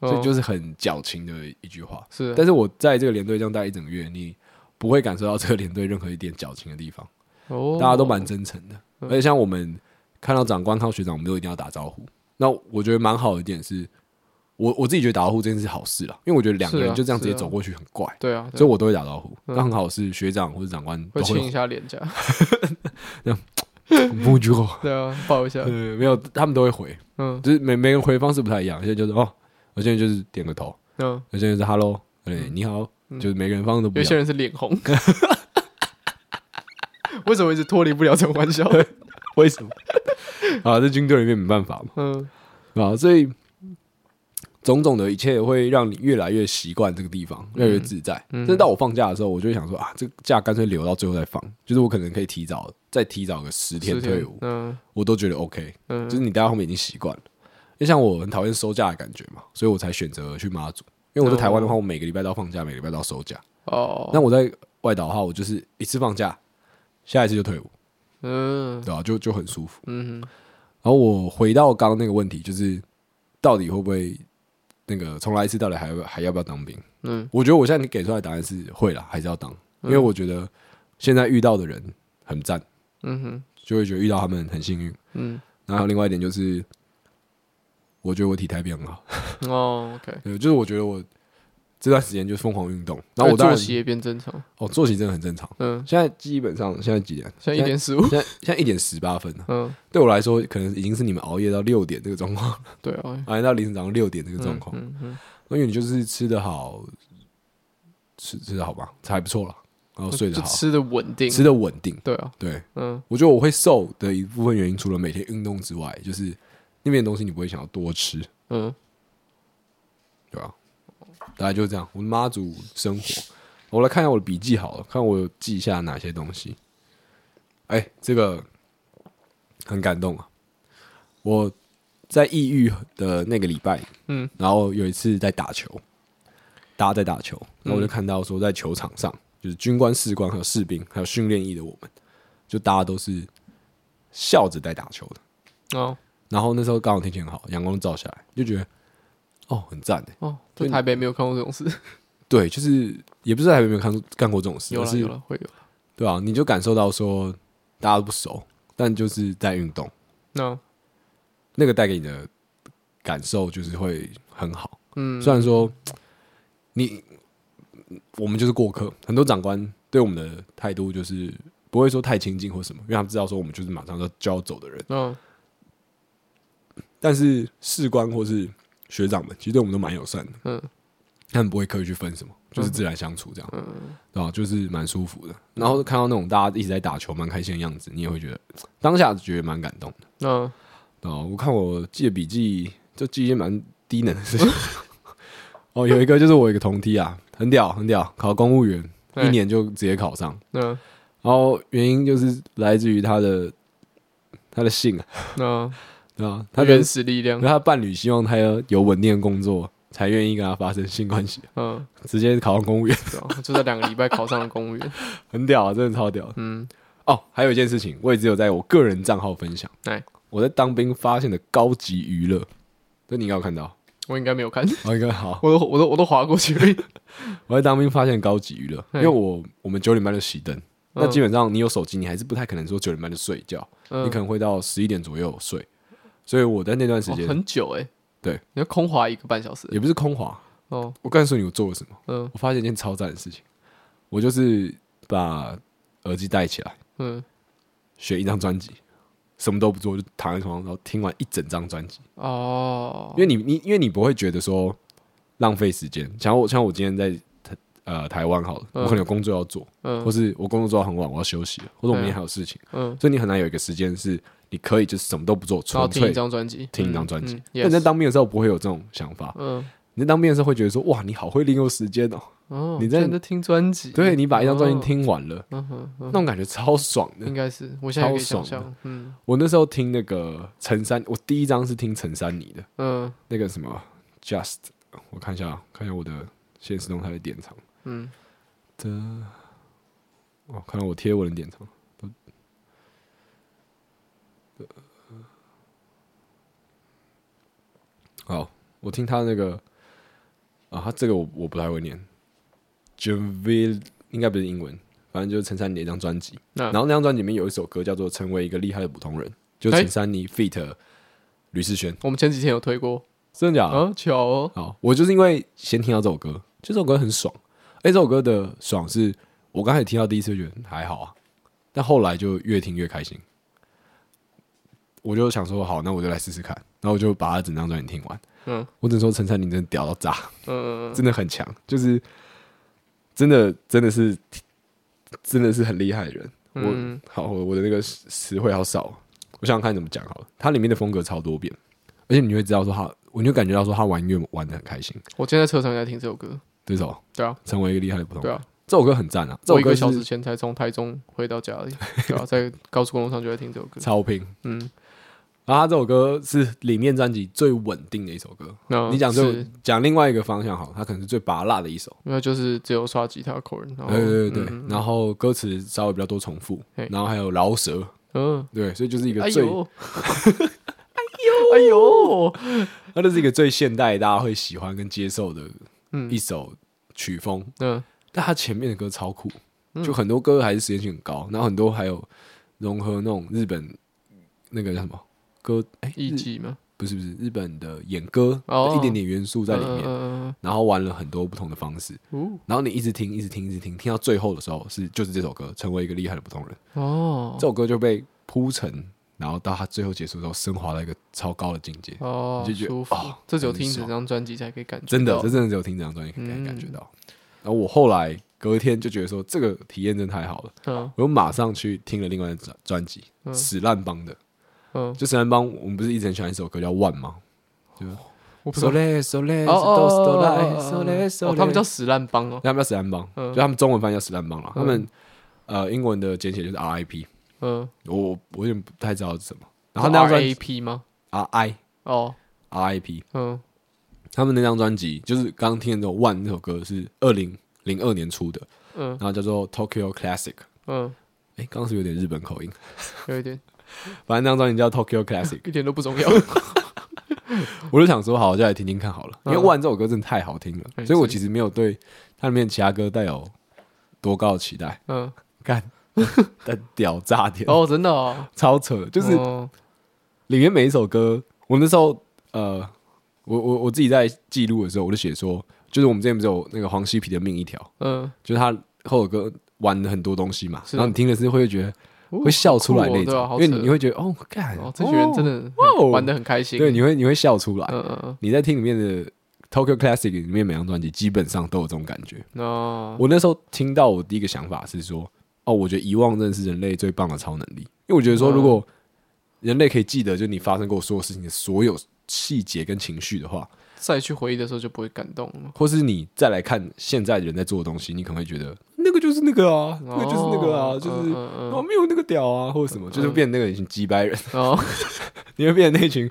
所以就是是很矫情的一句话。
哦是
但是我在这个连队这样待一整个月，你不会感受到这个连队任何一点矫情的地方，
哦，嗯
大家都蛮真诚的。而且像我们看到长官、看到学长，我们都一定要打招呼。那我觉得蛮好的一点是，我我自己觉得打招呼这件事好事啦，因为我觉得两个
是
人
啊
就这样直接
是啊
走过去很怪，
对啊，对啊
所以我都会打招呼。
嗯
那很好是学长或者长官
会
都
亲一
会
下脸颊，
不觉得，
对啊，抱一下
呃，， 没有，他们都会回，
嗯
就是每每个人回方式不太一样。有些就是哦，有些人就是点个头，
嗯，
有些人是 hello，对，你好，
嗯
就是每个人方式都不
有
一
些
样。
人是脸红， 为什么一直脱离不了这种玩笑？
为什么？ 啊，在军队里面没办法嘛，
嗯
啊，所以种种的一切会让你越来越习惯这个地方，越来越自在。
嗯
甚至到我放假的时候，我就会想说啊，这个假干脆留到最后再放，就是我可能可以提早再提早个十天
是
退伍，
嗯
我都觉得 OK。
嗯，
就是你待到后面已经习惯了，因为像我很讨厌收假的感觉嘛，所以我才选择去妈祖。因为我在台湾的话，我每个礼拜都要放假，每个礼拜都要收假。
哦，
那我在外岛的话，我就是一次放假，下一次就退伍，
嗯
对吧、就就很舒服。
嗯哼，
然后我回到刚刚那个问题，就是到底会不会那个重来一次，到底还要不要还要不要当兵？
嗯
我觉得我现在给出来的答案是会啦，还是要当，因为我觉得现在遇到的人很赞，
嗯哼，
就会觉得遇到他们很幸运。
嗯
然后另外一点就是，我觉得我体态变很好，
哦，OK，
对，就是我觉得我这段时间就疯狂运动，然后我当
作
然
息也变正常，
哦作息真的很正常。
嗯，
现在基本上现在几点？
现在一点十五，
现在现在一点十八分了。
嗯，
对我来说，可能已经是你们熬夜到六点这个状况，
对啊，
熬夜到凌晨早上六点这个状况。
嗯嗯
因为你就是吃的好，吃吃的好吧，还不错了，然后
嗯，
睡得
就
好，
吃的稳定，
吃的稳定。
对啊，
对
嗯
我觉得我会瘦的一部分原因，除了每天运动之外，就是那边的东西你不会想要多吃，
嗯
对吧、大概就是这样。我的妈祖生活，我来看一下我的笔记好了，看我有记下哪些东西。哎、这个很感动啊！我在抑郁的那个礼拜，
嗯，
然后有一次在打球，大家在打球，然后我就看到说，在球场上，就是军官、士官还有士兵，还有训练役的我们，就大家都是笑着在打球的。
哦
然后那时候刚好天气很好，阳光照下来，就觉得哦，很赞哎。
哦，
所以
在
你
台北没有看过这种事，
对，就是也不是还有没有看干过这种事，
有
就
了有
是
了会有，
对啊，你就感受到说大家都不熟，但就是在运动，
那
那个带给你的感受就是会很好。
嗯
虽然说你我们就是过客，很多长官对我们的态度就是不会说太亲近或什么，因为他们知道说我们就是马上就就要走的人。
嗯
但是士官或是学长们，其实对我们都蛮友善的，
嗯
他们不会刻意去分什么，就是自然相处这样，对吧、就是蛮舒服的。然后看到那种大家一直在打球蛮开心的样子，你也会觉得当下觉得蛮感动的，
那
对吧、我看我记的笔记，就记一些蛮低能的事情。哦，有一个就是我有一个同梯啊，很屌很屌，考公务员
哎
一年就直接考上，
那
然后原因就是来自于他的他的性啊，
那
对吧、他
他
的
嗯原始力量
然，后他伴侣希望他要有稳定的工作，才愿意跟他发生性关系，
嗯，
直接考上公务员，
对啊，就在两个礼拜考上了公务员，
很屌啊，真的超屌的
嗯，
哦！还有一件事情，我也只有在我个人账号分享。
哎，
我在当兵发现的高级娱乐，这你应该有看到。
我应该没有看，
哦，应该好。
我都我都我都划过去而已，
我在当兵发现高级娱乐，因
哎
为我我们九点半就熄灯，那
嗯
基本上你有手机，你还是不太可能说九点半就睡觉，
嗯
你可能会到十一点左右睡。所以我在那段时
哦
间
很久哎，
对，
你要空滑一个半小时
也不是空滑，
哦，
我告诉你我做了什么。
嗯
我发现一件超赞的事情，我就是把耳机戴起来，
嗯，
选一张专辑，什么都不做，就躺在床上，然后听完一整张专辑。
哦
因，为你你因为你不会觉得说浪费时间，像我像我今天在台呃台湾好了，我
嗯
可能有工作要做，
嗯
或是我工作做到很晚，我要休息了，或者我明天还有事情，
嗯，
所以你很难有一个时间是你可以就是什么都不做，
然后
纯
听
粹
一张专辑，
听一张专辑
嗯。
但你在
yes
当兵的时候不会有这种想法，
嗯，
你在当兵的时候会觉得说哇，你好会利用时间哦，
哦，
你在
真的听专辑，
对你把一张专辑
哦，
听完了，
嗯哼嗯
那种感觉超爽的
应。该是，我现在也可以
超
想
爽
象，嗯
我那时候听那个陈珊，我第一张是听陈珊妮的
嗯
那个什么 Just，我看一下，看一下我的现实动态的典藏
嗯，
的，哦，看到我贴文的典藏，呃都好，我听他那个啊，他这个我我不太会念 j a v i l 应该不是英文，反正就是陈珊妮的一张专辑，
那
然后那张专辑里面有一首歌叫做《成为一个厉害的普通人》，就是
哎
陈珊妮 feat 吕世轩。
我们前几天有推过，
真的假的？
啊，巧哦，
好，我就是因为先听到这首歌，就这首歌很爽。哎，这首歌的爽是我刚开始听到第一次觉得还好啊，但后来就越听越开心。我就想说，好，那我就来试试看。然后我就把它整张专辑听完。
嗯
我只能说，陈珊妮真的屌到炸，
嗯，嗯
真的很强，就是真的真的是真的是很厉害的人。我、
嗯
好，我我的那个词词汇好少，我想想看怎么讲好了。它里面的风格超多变，而且你会知道说他，我就感觉到说他玩音乐玩的很开心。
我今天在车上也在听这首歌，
对手
对啊，
成为一个厉害的普通
对
人。
啊，
这首歌很赞啊，这
我
首
一
歌
个小
就
时
是
前才从台中回到家 里，对啊，在高速公路上就在听这首歌，
超拼。
嗯，
然后他这首歌是里面专辑最稳定的一首歌。
那
你讲这
嗯是
讲另外一个方向好，它可能是最拔辣的一首。
因为就是只有刷吉他口人，然后
对对对
嗯
对，然后歌词稍微比较多重复
嘿，
然后还有饶舌，
嗯，
对，所以就是一个
哎
最，
呦， 哎呦，哎
它就是一个最现代大家会喜欢跟接受的
嗯
一首曲风。
呦，嗯，
但它前面的歌超酷，就很多歌还是实验性很高，然后很多还有融合那种日本那个叫什么歌，哎，
艺
日
伎嘛，
不是不是日本的演歌
哦嗯
的一点点元素在
呃
里面，
面，
然后玩了很多不同的方式，
哦
然后你一直听，一直听，一直听，听到最后的时候是就是这首歌成为一个厉害的普通人，
哦
这首歌就被铺陈，然后到它最后结束之后升华到一个超高的境界，
哦，
你就觉得
舒服
哦，
这只有
很
听整
爽
张专辑才可以感觉
真的，
到
这真的只有听这张专辑可以
哦嗯
感觉到。然后我后来隔天就觉得说这个体验真的太好了，
嗯
我又马上去听了另外一张专辑
嗯
《死烂帮》的，
嗯，
就死烂帮，我们不是一直很喜欢一首歌叫《万》吗？
我不知道
手。嘞手嘞
哦
都是都
哦
来手嘞手
哦，
嘞，
他们叫死烂帮嗯哦，
他们叫史丹邦，
嗯
就他们中文翻译叫史丹邦了。他们呃英文的简写就是 RIP，
嗯，
我我我有点不太知道是什么。然
他
后那张专啊
A P 吗？
RI
哦，
RIP，
嗯
他们那张专辑就是刚刚听的那首《One》那首歌是二零零二年出的，
嗯
然后叫做 Tokyo Classic。
嗯，
哎，刚刚是不是有点日本口音，
有一点，
反正那张专辑叫 Tokyo Classic，
一点都不 重要。
我就想说好，我就来听听看好了，因为《
嗯
One》这首歌真的太好听了，
嗯
所以我
是
其实没有对它里面其他歌带有多高的期 待，
嗯，
干，但屌炸天，
哦，真的哦，
超扯，就是
哦
里面每一首歌，我那时候呃，我我我自己在记录的时候，我就写说，就是我们之前不是有那个黄西皮的命一条，
嗯，
就是他后首歌玩了很多东西嘛，
是
然后你听的是会觉得
哦
会笑出来那
好酷哦对
种，
啊好
因
扯
为你你会觉得哦，干，
哦，这群人真
的、
的
哇哦
很玩的很开心。
对，你会你会笑出来。
嗯嗯
你在听里面的 Tokyo Classic 里面每张专辑，基本上都有这种感觉。
嗯，哦，
我那时候听到，我第一个想法是说，哦，我觉得遗忘真的是人类最棒的超能力，因为我觉得说，
嗯
如果人类可以记得，就是你发生过所有事情的所有细节跟情绪的话，
再去回忆的时候就不会感动了。
或是你再来看现在人在做的东西，你可能会觉得那个就是那个啊，那个就是那个啊，
哦
就是。
嗯嗯
哦，
嗯
没有那个屌啊，或者什么，就是变那个一群鸡掰人，
哦，
你会变成那 群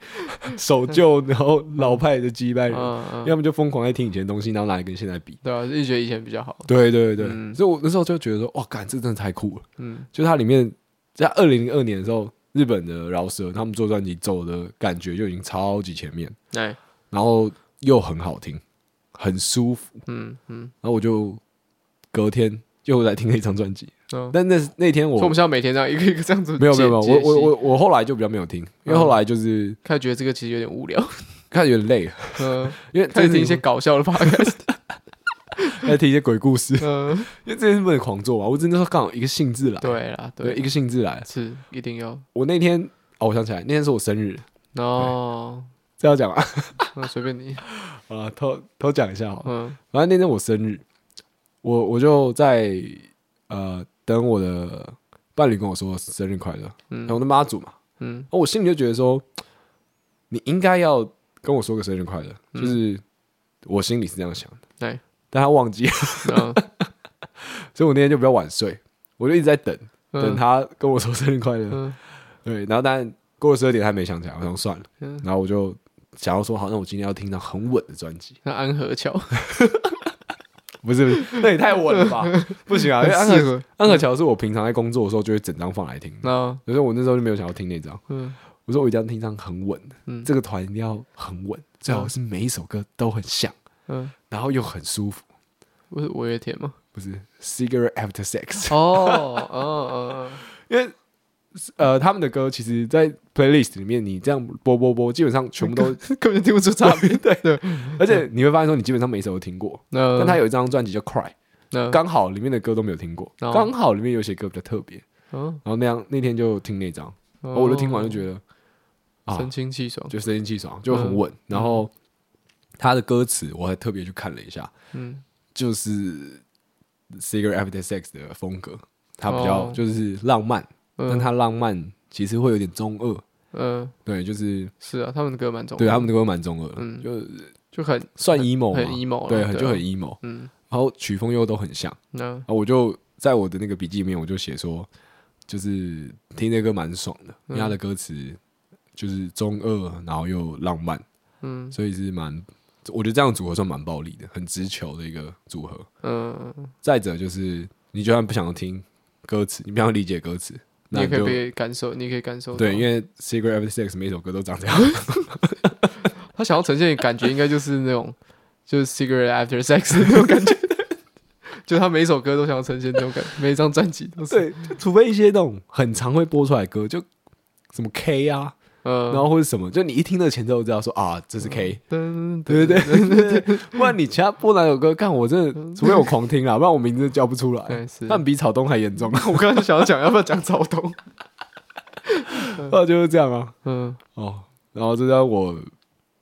守旧然后老派的鸡 掰人，
嗯嗯，
要么就疯狂在听以前的东西，然后拿来跟现在比。
对啊，就觉得以前比较好。
对对对，
嗯
所以我那时候就觉得说，哇，干，这真的太酷了。
嗯
就它里面在二零零二年的时候，日本的饶舌他们做专辑走的感觉就已经超级前面，
哎，
然后又很好听，很舒服。
嗯嗯，
然后我就隔天又来听了一张专辑，
嗯
但那那天
所以我
我
们现在每天这样一个一个这样子解，
没有没有没有，我我
解析
我我后来就比较没有听，因为
嗯
后来就是
开始觉得这个其实有 点无聊。
看有点累，
嗯，
因为
开
在
始听一些搞笑的 podcast。
在听一些鬼故事，
嗯，
因为这件事不能狂做嘛，我真的是刚好一个兴致来，
对啦，
对，
对
一，个兴致来。
是一定要。
我那天哦，我想起来，那天是我生日，
然后，
这要讲啊，
哦那随便你，
好了，偷偷讲一下好了。
嗯
反正那天我生日，我我就在呃等我的伴侣跟我说生日快乐，然后
嗯
我的妈祖嘛，
嗯
然后我心里就觉得说，你应该要跟我说个生日快乐，就是我心里是这样想的，
对，
但他忘记了，
嗯
所以我那天就比较晚睡，我就一直在等等
嗯
他跟我说生日快乐，
嗯
对，然后但过了十二点他没想起来，我想算了，
嗯
然后我就想要说好，那我今天要听到很稳的专辑，
那安河桥
不是不是，那也太稳了吧，不行啊，因为安
很
可
适合。
安可桥是我平常在工作的时候就会整张放来听，
那
可是我那时候就没有想要听那张，
嗯
我说我一定要听一张很稳的，
嗯
这个团一定要很稳，最好是每一首歌都很像，
嗯，
然后又很舒服，
不是五月天吗？
哦不是 cigarette after sex，、
哦哦哦，
因为呃，他们的歌其实，在 playlist 里面，你这样播播播，基本上全部 都，
根本就听不出差别。对对，
而且你会发现说，你基本上每一首都听过。
那
但他有一张专辑叫《Cry》，
那
刚好里面的歌都没有听过，
嗯哦
刚好里面有些歌比较特别。
嗯，
然后那样那天就听那张，然
哦
后我就听完就觉得啊，
神清气爽。
就神清气爽，就
嗯
很稳。然后他的歌词我还特别去看了一下，
嗯，
就是 Cigarette After Sex 的风格，他比较
哦
就是浪漫，
嗯
但他浪漫其实会有点中二，
嗯，
对，就是
是啊，他们的歌蛮重，
对他们的歌蛮中二的，
嗯
就
就很
算 emo
很
嘛
emo 了
对，
对啊
就很 emo，
嗯，
然后曲风又都很像，
那
然后我就在我的那个笔记里面我就写说，就是听这歌蛮爽的，因为
嗯
他的歌词就是中二，然后又浪漫，
嗯
所以是蛮，我觉得这样组合算蛮暴力的，很直球的一个组合。
嗯，
再者就是，你就算不想听歌词，你不想理解歌词，那
你也
你
可以
就
被感受，你也可以感受到。
对，因为 Secret Ever Six 每首歌都长这样，
他想要呈现的感觉，应该就是那种就是 cigarette after sex 的那种感觉，就他每一首歌都想要呈现那种感觉，每一张专辑都是。
对，就除非一些那种很常会播出来的歌，就什么 K 啊，
嗯
然，后或者什么，就你一听那个前奏就知道说啊，这是 K，
噔
对对对对对， 不然你其他播哪首歌，看我真的，除非我狂听啦，啊不然我名字叫不出来
嗯对是，
但比草东还严重，
我刚刚就想要讲，要不要讲草东？
啊， 就是这样啊。
嗯，
哦，然后这张我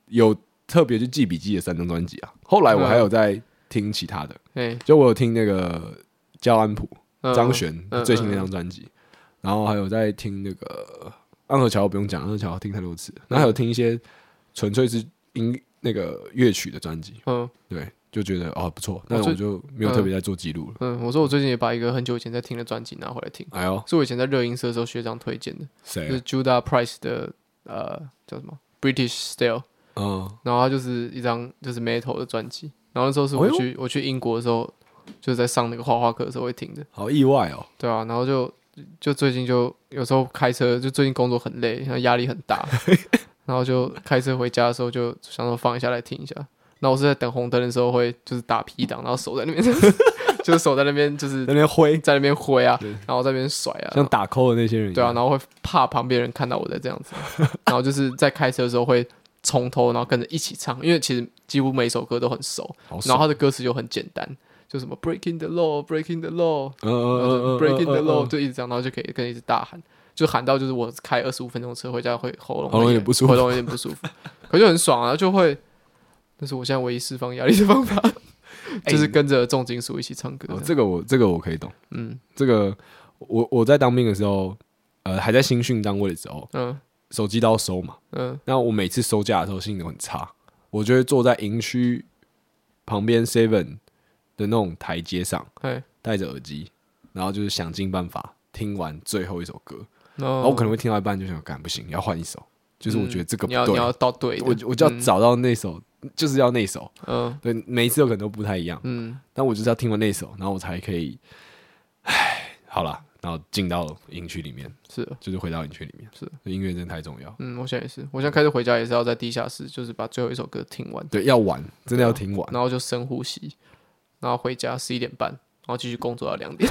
有特别去记笔记的三张专辑啊。后
嗯
来我还有在听其他的，
哎，
就我有听那个焦安普、
嗯
张悬
嗯
最新那张专辑，然后还有在听那个安河桥，不用讲，安河桥听太多次，
嗯
然后还有听一些纯粹是音那个乐曲的专辑，
嗯
对，就觉得哦不错，但
我
是
最
我就没有特别在做记录了。
嗯，我说我最近也把一个很久以前在听的专辑拿回来听，
哎呦，
是我以前在热音社的时候学长推荐的，
谁
嗯就是
啊？
Judah Price 的呃叫什么 British Style，
嗯，
然后它就是一张就是 metal 的专辑，然后那时候是我
哎呦
去、我去英国的时候，就是在上那个画画课的时候会听的，
好意外哦。
对啊，然后就就最近就有时候开车，就最近工作很累，然后压力很 大，然后就开车回家的时候就想说放一下来听一下。那我是在等红灯的时候会就是打 P 档，然后手在那边 就是手在那边就是
在那边挥，
在那边挥啊
对，
然后在那边甩啊，
像打 call 的那些人一
对啊，
样，
然后会怕旁边人看到我在这样子，然后就是在开车的时候会从头，然后跟着一起唱，因为其实几乎每首歌都很熟，
好
然
爽，
后他的歌词就很简单，就什么 Breaking the Law，Breaking the Law，
嗯嗯嗯
然后
嗯
就 Breaking the
嗯嗯
Law 就一直这样，然后就可以跟一直大喊，就喊到就是我开二十五分钟车回家会喉咙
喉咙有点不舒服
喉咙有点不舒服，可就很爽啊，就会。那是我现在唯一释放压力的 方法，就是跟着重金属一起唱歌
哎
这
哦，
样。
这个我这个我可以懂。
嗯
这个我我在当兵的时候，呃，还在新训单位的时候，
嗯
手机都要收嘛。
嗯
那我每次收假的时候心情都很差，我就会坐在营区旁边 seven 的那种台阶上，
哎，
戴着耳机，然后就是想尽办法听完最后一首歌。
然
然后
后
我可能会听到一半就想，干不行，要换一首。就是我觉得这个不
嗯你要你
对，
要到对的，
我我就要找到那首，就是要那首。
嗯
对，每一次有可能都不太一样。
嗯，
但我就是要听完那首，然后我才可以，唉，好啦，然后进到营区里面，
是，
就是回到营区里面。
是，
音乐真的太重要。
嗯，我现在也是，我现在开车回家也是要在地下室，就是把最后一首歌听完，
对，要玩，真的要听完。
然后就深呼吸，然后回家十一点半，然后继续工作到两点，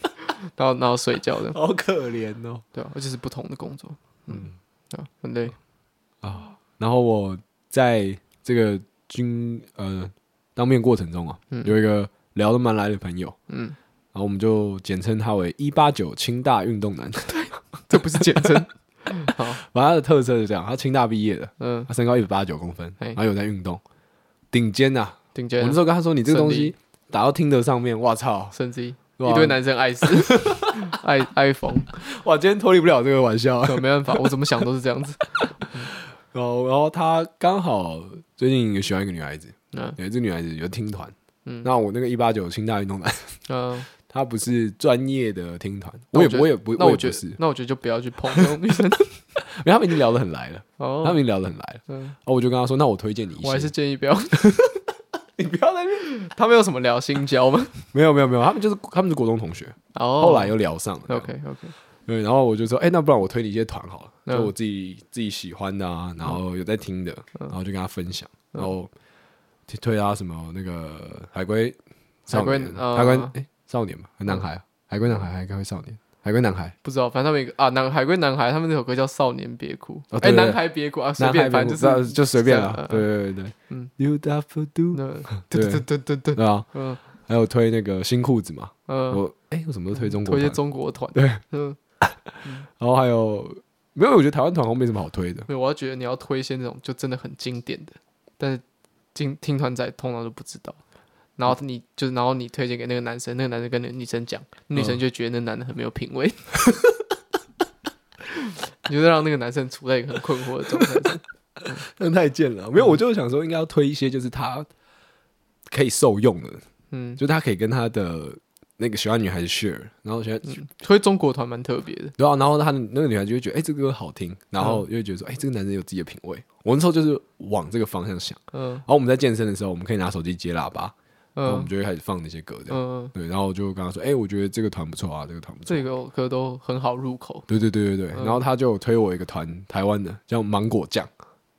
然后然后睡觉的，
好可怜哦。
对啊，而且是不同的工作，嗯，对啊，很累，
然后我在这个军呃当面过程中啊，有一个聊得蛮来的朋友，
嗯，
然后我们就简称他为一八九清大运动 男。
这不是简称， 好，
反正他的特色是这样，他清大毕业的，
嗯，
他身高一百八九公分，
嘿
然后有在运动，顶尖呐、啊。
顶
我
尖
那时，候跟他说，你这个东
胜
西打到听得上面，哇操，
甚至一
对啊
一堆男生爱死， 爱爱疯，
哇，今天脱离不了这个玩笑。
对啊没办法，我怎么想都是这样子，
然后，然后他刚好最近有喜欢一个女孩子，
嗯
对，这女孩子有听团。
嗯
那我那个一八九清大运动男，
嗯，
他不是专业的听团，
那
我也
觉得
我也不，
那
我
我
也
觉
不
得
是，因
那我觉得就不要去碰那种女 生，
为他们已经聊得很来了，他
哦
们，已经聊得很来了。
嗯。
然后我就跟他说，那我推荐你一些，
我还是建议不要，
你不要在那边。
他们有什么聊心交吗？
没有没有没有，他们就是他们是国中同学，
哦，
后来又聊上了。
OK OK，
对，然后我就说，哎，那不然我推你一些团好了，
嗯
就我自己自己喜欢的啊，然后有在听的，
嗯
然后就跟他分享，然后推推他什么那个海龟少
海龟
年，
呃
海龟哎少年嘛，男孩啊，海龟男孩，海龟少年，海归男孩，
不知道，反正他们有一个啊，男海归男孩，他们那首歌叫《少年别哭》
哦，对
哎，
对
男孩别哭啊， 随
男孩
便，反
不
正
知道
就是
就随便
这
了
样，啊
对对对对，
嗯
，You d a f do，
那 对对对对对对，
对啊，
嗯
还有推那个新裤子嘛，
嗯，
我哎，我怎么都推中国
推一些
团？
中国团，
对，
嗯，
然后还有没有？我觉得台湾团红没什么好 推的，
没有，我要觉得你要推一些那种就真的很经典的，但是听听团仔通常都不知道。然后你就，然后你推荐给那个男生，那个男生跟那个女生讲，女
嗯
生就觉得那男的很没有品味， 你就让那个男生处在一个很困惑的状态中。
那太贱了。没有，我就想说应该要推一些就是他可以受用的，
嗯，
就他可以跟他的那个喜欢女孩子 share，然后喜欢
推中国团蛮特别的，
对啊，然后他的那个女孩就会觉得，哎、这个歌好听，然后又会觉得
嗯
说，哎、这个男人有自己的品味。我那时候就是往这个方向想。
嗯
然后我们在健身的时候，我们可以拿手机接喇叭，然后我
嗯
们就会开始放那些歌，这样。
嗯，
对，然后我就跟他说，哎、我觉得这个团不错啊，这个团不错。
这个嗯歌都很好入口。
对对对对对。然后他就有推我一个团，台湾的叫芒果酱，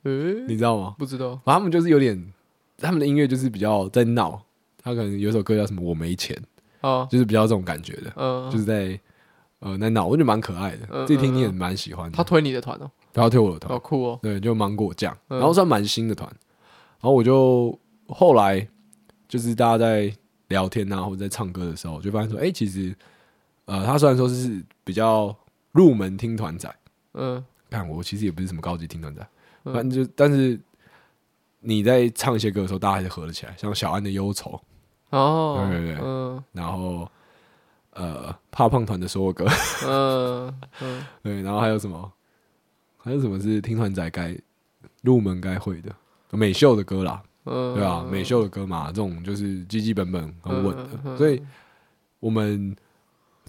诶、
你知道吗？
不知道，
然后他们就是有点，他们的音乐就是比较在闹，他可能有一首歌叫什么“我没钱
哦”，，
就是比较这种感觉的，
嗯、
就是在呃在闹，我觉得蛮可爱
嗯
的，这一听你也
嗯
蛮喜欢的。
他推你的团哦，
然后推我的团
好，酷哦，
对，就芒果酱，
嗯
然后算蛮新的团，然后我就后来就是大家在聊天啊，或者在唱歌的时候，就发现说，哎、其实呃，他虽然说是比较入门听团仔，
嗯
看我其实也不是什么高级听团仔，
嗯
反正就但是你在唱一些歌的时候，大家还是合得起来，像小安的忧愁，
哦，
对对对
嗯
然后呃怕胖团的所有歌，
嗯嗯，
对，然后还有什么，还有什么是听团仔该入门该会的美秀的歌啦，
嗯
对啊，美秀的歌嘛，这种就是基基本本很稳
嗯嗯嗯
的，
嗯
所以我们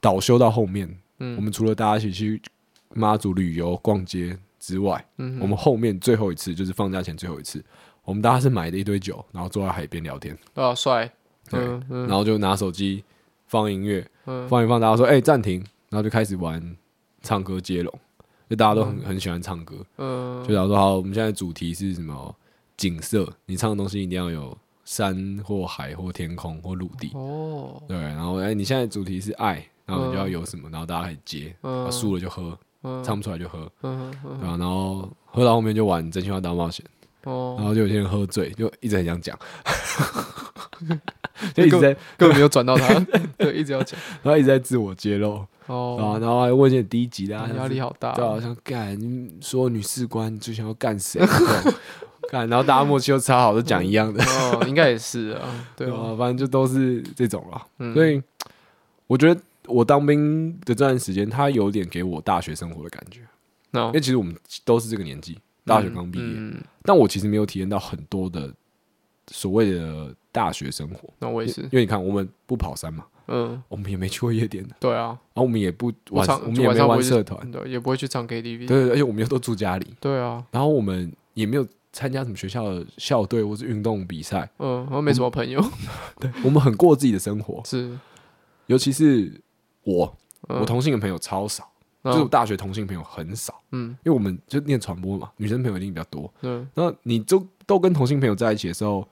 倒休到后面，
嗯
我们除了大家一起去妈祖旅游逛街之外，
嗯
我们后面最后一次就是放假前最后一次，我们大家是买了一堆酒，然后坐在海边聊天，
啊帅，
对
嗯嗯
然后就拿手机放音乐，
嗯，
放一放，大家说哎暂停，然后就开始玩唱歌接龙，就大家都很很喜欢唱歌，
嗯
就想说好，我们现在主题是什么？景色，你唱的东西一定要有山或海或天空或陆地，
哦，
对。然后哎、你现在主题是爱，然后你就要
嗯
有什么，然后大家可以接，啊
嗯
输、了就喝，
嗯
唱不出来就喝，
嗯嗯
对啊吧、然后喝到后面就玩真心话大冒险，然
哦，
后就有些人喝醉，就一直很 想讲，就一直在，
根本没有转到 他，对，一直要讲
然后一直在自我揭露，对吧、
哦，
然后还问一些低级的、啊，
压力好大
对啊，
哦，
好像干说女士官最想要干谁， 这种干，然后大家默契又超好，都讲一样的。
哦，应该也是 啊，对
对
吧？
啊，反正就都是这种了。
嗯
所以我觉得我当兵的这段时间，他有点给我大学生活的感觉，
那
因为其实我们都是这个年纪，大学刚毕业，
嗯，嗯
但我其实没有体验到很多的所谓的大学生活。
那我也是
因，为你看，我们不跑山嘛，
嗯，
我们也没去过夜店的，
对啊，
然后我们也不
我
玩，
常
我们
就
也
晚
没
上不
玩
会去嗯
社团，
对，也不会去唱
对
KTV，
对，而且我们又都住家里，
对啊，
然后我们也没有参加什么学校的校队或是运动比赛，
嗯，然后没什么朋友，
我们很过自己的生活，
是，
尤其是我，
嗯
我同性的朋友超少。
然
就是我
后
大学同性朋友很少，
嗯
因为我们就念传播嘛，女生朋友一定比较多。
对，
那你就都跟同性朋友在一起的时候，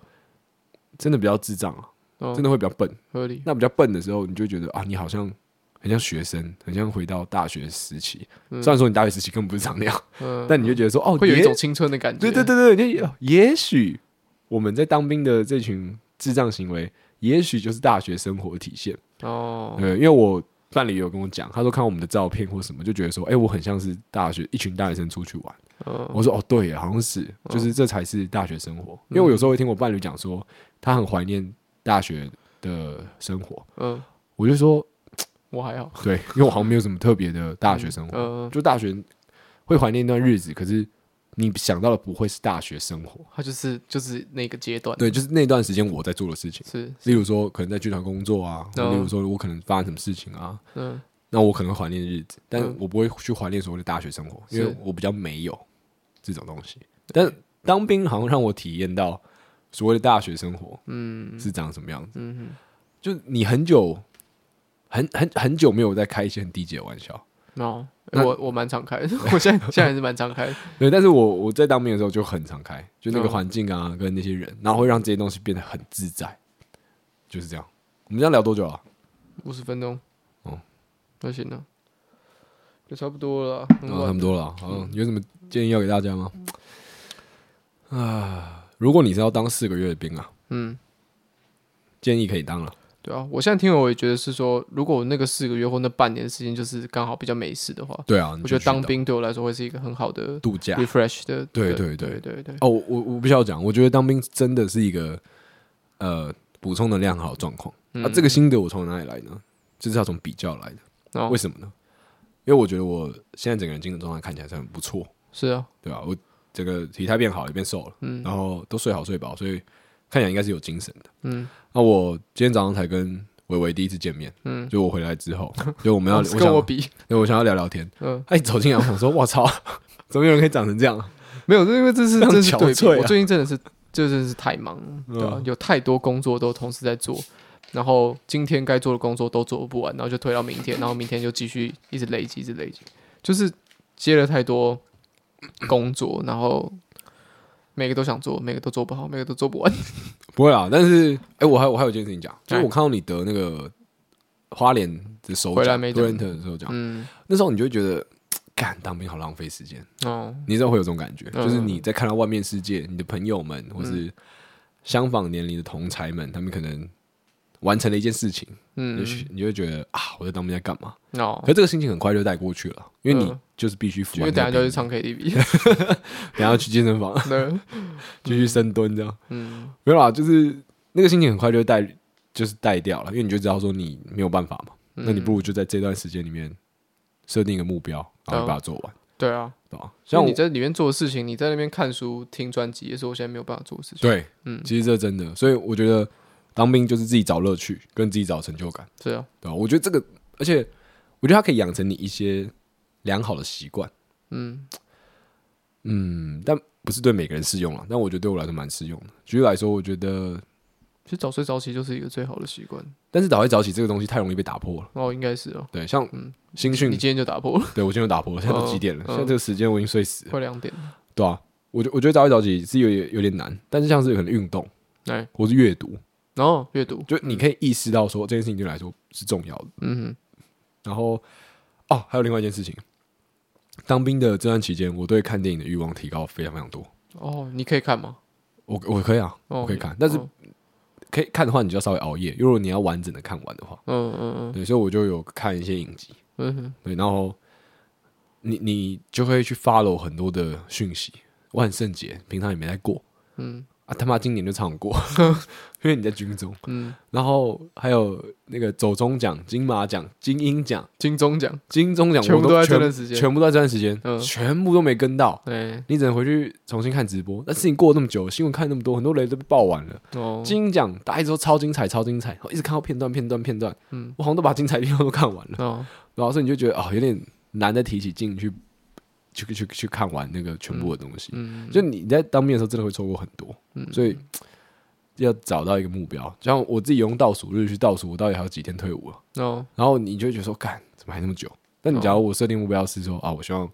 真的比较智障啊，
哦
真的会比较笨。
合理，
那比较笨的时候，你就会觉得啊，你好像很像学生，很像回到大学时期。
嗯
虽然说你大学时期根本不是长那样，
嗯，
但你就觉得说哦，
会有一
也
种青春的感觉，
对对对对，就也许我们在当兵的这群智障行为，也许就是大学生活的体现。
哦，
对，因为我伴侣有跟我讲，他说看我们的照片或什么，就觉得说，哎、我很像是大学一群大学生出去玩。
嗯
我说哦，对耶，好像是，
哦
就是这才是大学生活。因
嗯
为我有时候会听我伴侣讲说，他很怀念大学的生活。
嗯，
我就说，
我还好，
对，因为我好像没有什么特别的大学生活，
嗯，
就大学会怀念那段日子，可是你想到的不会是大学生活，
他就是就是那个阶段，
对，就是那段时间我在做的事情。
是，
例如说，可能在剧团工作啊，或
嗯
例如说我可能发生什么事情啊，
嗯
那我可能会怀念日子，但
嗯
我不会去怀念所谓的大学生活，因为
是
我比较没有这种东西。但当兵好像让我体验到所谓的大学生活
嗯
是长什么样子，
嗯
就你很久、很很很久没有在开一些很低级的玩笑，
哼，哦，
那
我我蛮常开 的，我现在现在还是蛮常开的，
对。但是我我在当兵的时候就很常开，就那个
嗯
环境啊，跟那些人，然后会让这些东西变得很自在，就是这样。我们这样聊多久了？啊
五十分钟，
哦，
那行了，就差不多了啦，很
啊，
晚
差不多了。好，有什么建议要给大家吗？啊，如果你是要当四个月的兵啊，
嗯，
建议可以当了。
对啊，我现在听了我也觉得是说，如果我那个四个月或那半年的时间就是刚好比较没事的话，
对啊，你
我
就
觉得
去
当兵对我来说会是一个很好的
度假
refresh 的。
对
对
对对
对对，
哦，我我我必须要讲，我觉得当兵真的是一个呃补充能量很好的状况。那、啊、这
嗯
个心得我从哪里来呢？就是要从比较来的。
然后
为什么呢？因为我觉得我现在整个人精神状态看起来是很不错，
是啊，
对吧、我这个体态变好了，也变瘦了，
嗯
然后都睡好睡饱，所以看起来应该是有精神的。
嗯
那我今天早上才跟维维第一次见面，
嗯，
就我回来之后，就我们要
哦
我
是
想
跟我比，
对我想要聊聊天。
嗯，
他一走进来，我想说，我操， 怎么有人可以长成这样啊？
没有，是因为这是
非常
这是对
憔
比。
悴啊嗯
我最近真的是，这真的是太忙了，对吧、有太多工作都同时在做，然后今天该做的工作都做不完，然后就推到明天，然后明天就继续一直累积，一直累积，就是接了太多工作，然后每个都想做，每个都做不好，每个都做不完。
不会啦，但是哎、我还我还有一件事情
哎
讲，就是我看到你得那个花莲的手
回来
奖
没得
t o r e n t 的手奖，
嗯，
那时候你就会觉得，干当兵好浪费时间。
哦，
你知道会有这种感觉，
嗯
就是你在看到外面世界，你的朋友们或是相仿年龄的同才们，他们可能完成了一件事情，
嗯
也，许你就会觉得啊，我在当兵在干嘛？
哦
可，是这个心情很快就带过去了，因为你
嗯
就是必须服
因
完
为
那
等
个
下
兵役，
就去唱 KTV，
等一下去健身 房
对，
继续深蹲这样，
嗯，
没有啦，就是那个心情很快就会带，就是带掉了，因为你就知道说你没有办法嘛，
嗯
那你不如就在这段时间里面设定一个目标，然后你把它做完，
对啊，
对吧？像
像
我
哦你在里面做的事情，你在那边看书、听专辑，也是我现在没有办法做的事情。
对，
嗯
其实这真的，所以我觉得当兵就是自己找乐趣，跟自己找成就感，
对啊，
对吧？我觉得这个，而且我觉得它可以养成你一些良好的习惯，
嗯。
嗯，但不是对每个人适用了，但我觉得对我来说蛮适用的。举例来说，我觉得，
其实早睡早起就是一个最好的习惯。
但是早睡早起这个东西太容易被打破了。
哦，应该是哦。
对，像
嗯
新
你
训，
今天就打破了，
对我今天就打破了，现在都几点了？
嗯嗯
现在这个时间我已经睡死了，
快两点了。
对啊，我觉我觉得早睡早起是有点有点难，但是像是可能运动
哎，
或是阅读，
然后阅读，
就你可以意识到说这件事情对你来说是重要的。
嗯
然后哦，还有另外一件事情，当兵的这段期间，我对看电影的欲望提高非常非常多。
哼，哦，你可以看吗？
我我可以啊，
哦，
我可以看
你
但是
哦
可以看的话，你就要稍微熬夜，因为如果你要完整的看完的话，
嗯嗯嗯
对，所以我就有看一些影集，
嗯哼，
对，然后你你就会去 follow 很多的讯息。万圣节平常也没在过
嗯
啊，他妈今年就唱 过，因为你在军中，
嗯，
然后还有那个走中奖、金马奖、金鹰奖、
金钟奖，
金钟奖，
全
我
部都在这
全
段时间
全部都在这段时间，
嗯
全部都没跟到，
哎，
你只能回去重新看直播。但事情过了那么久，新闻看那么多，很多雷都被爆完了。
哦，
金鹰奖大家一直说超精彩，超精彩，我一直看到片段、片段、片段，
嗯
我好像都把精彩的地方都看完了。
哦，
然后所以你就觉得啊、有点难再提起劲去去去去看完那个全部的东西。
嗯，
就你在当面的时候，真的会错过很多，
嗯
所以要找到一个目标。就像我自己用倒数日去倒数，我到底还有几天退伍了，
哦，
然后你就会觉得说，干怎么还那么久？但你假如我设定目标是说啊，我希望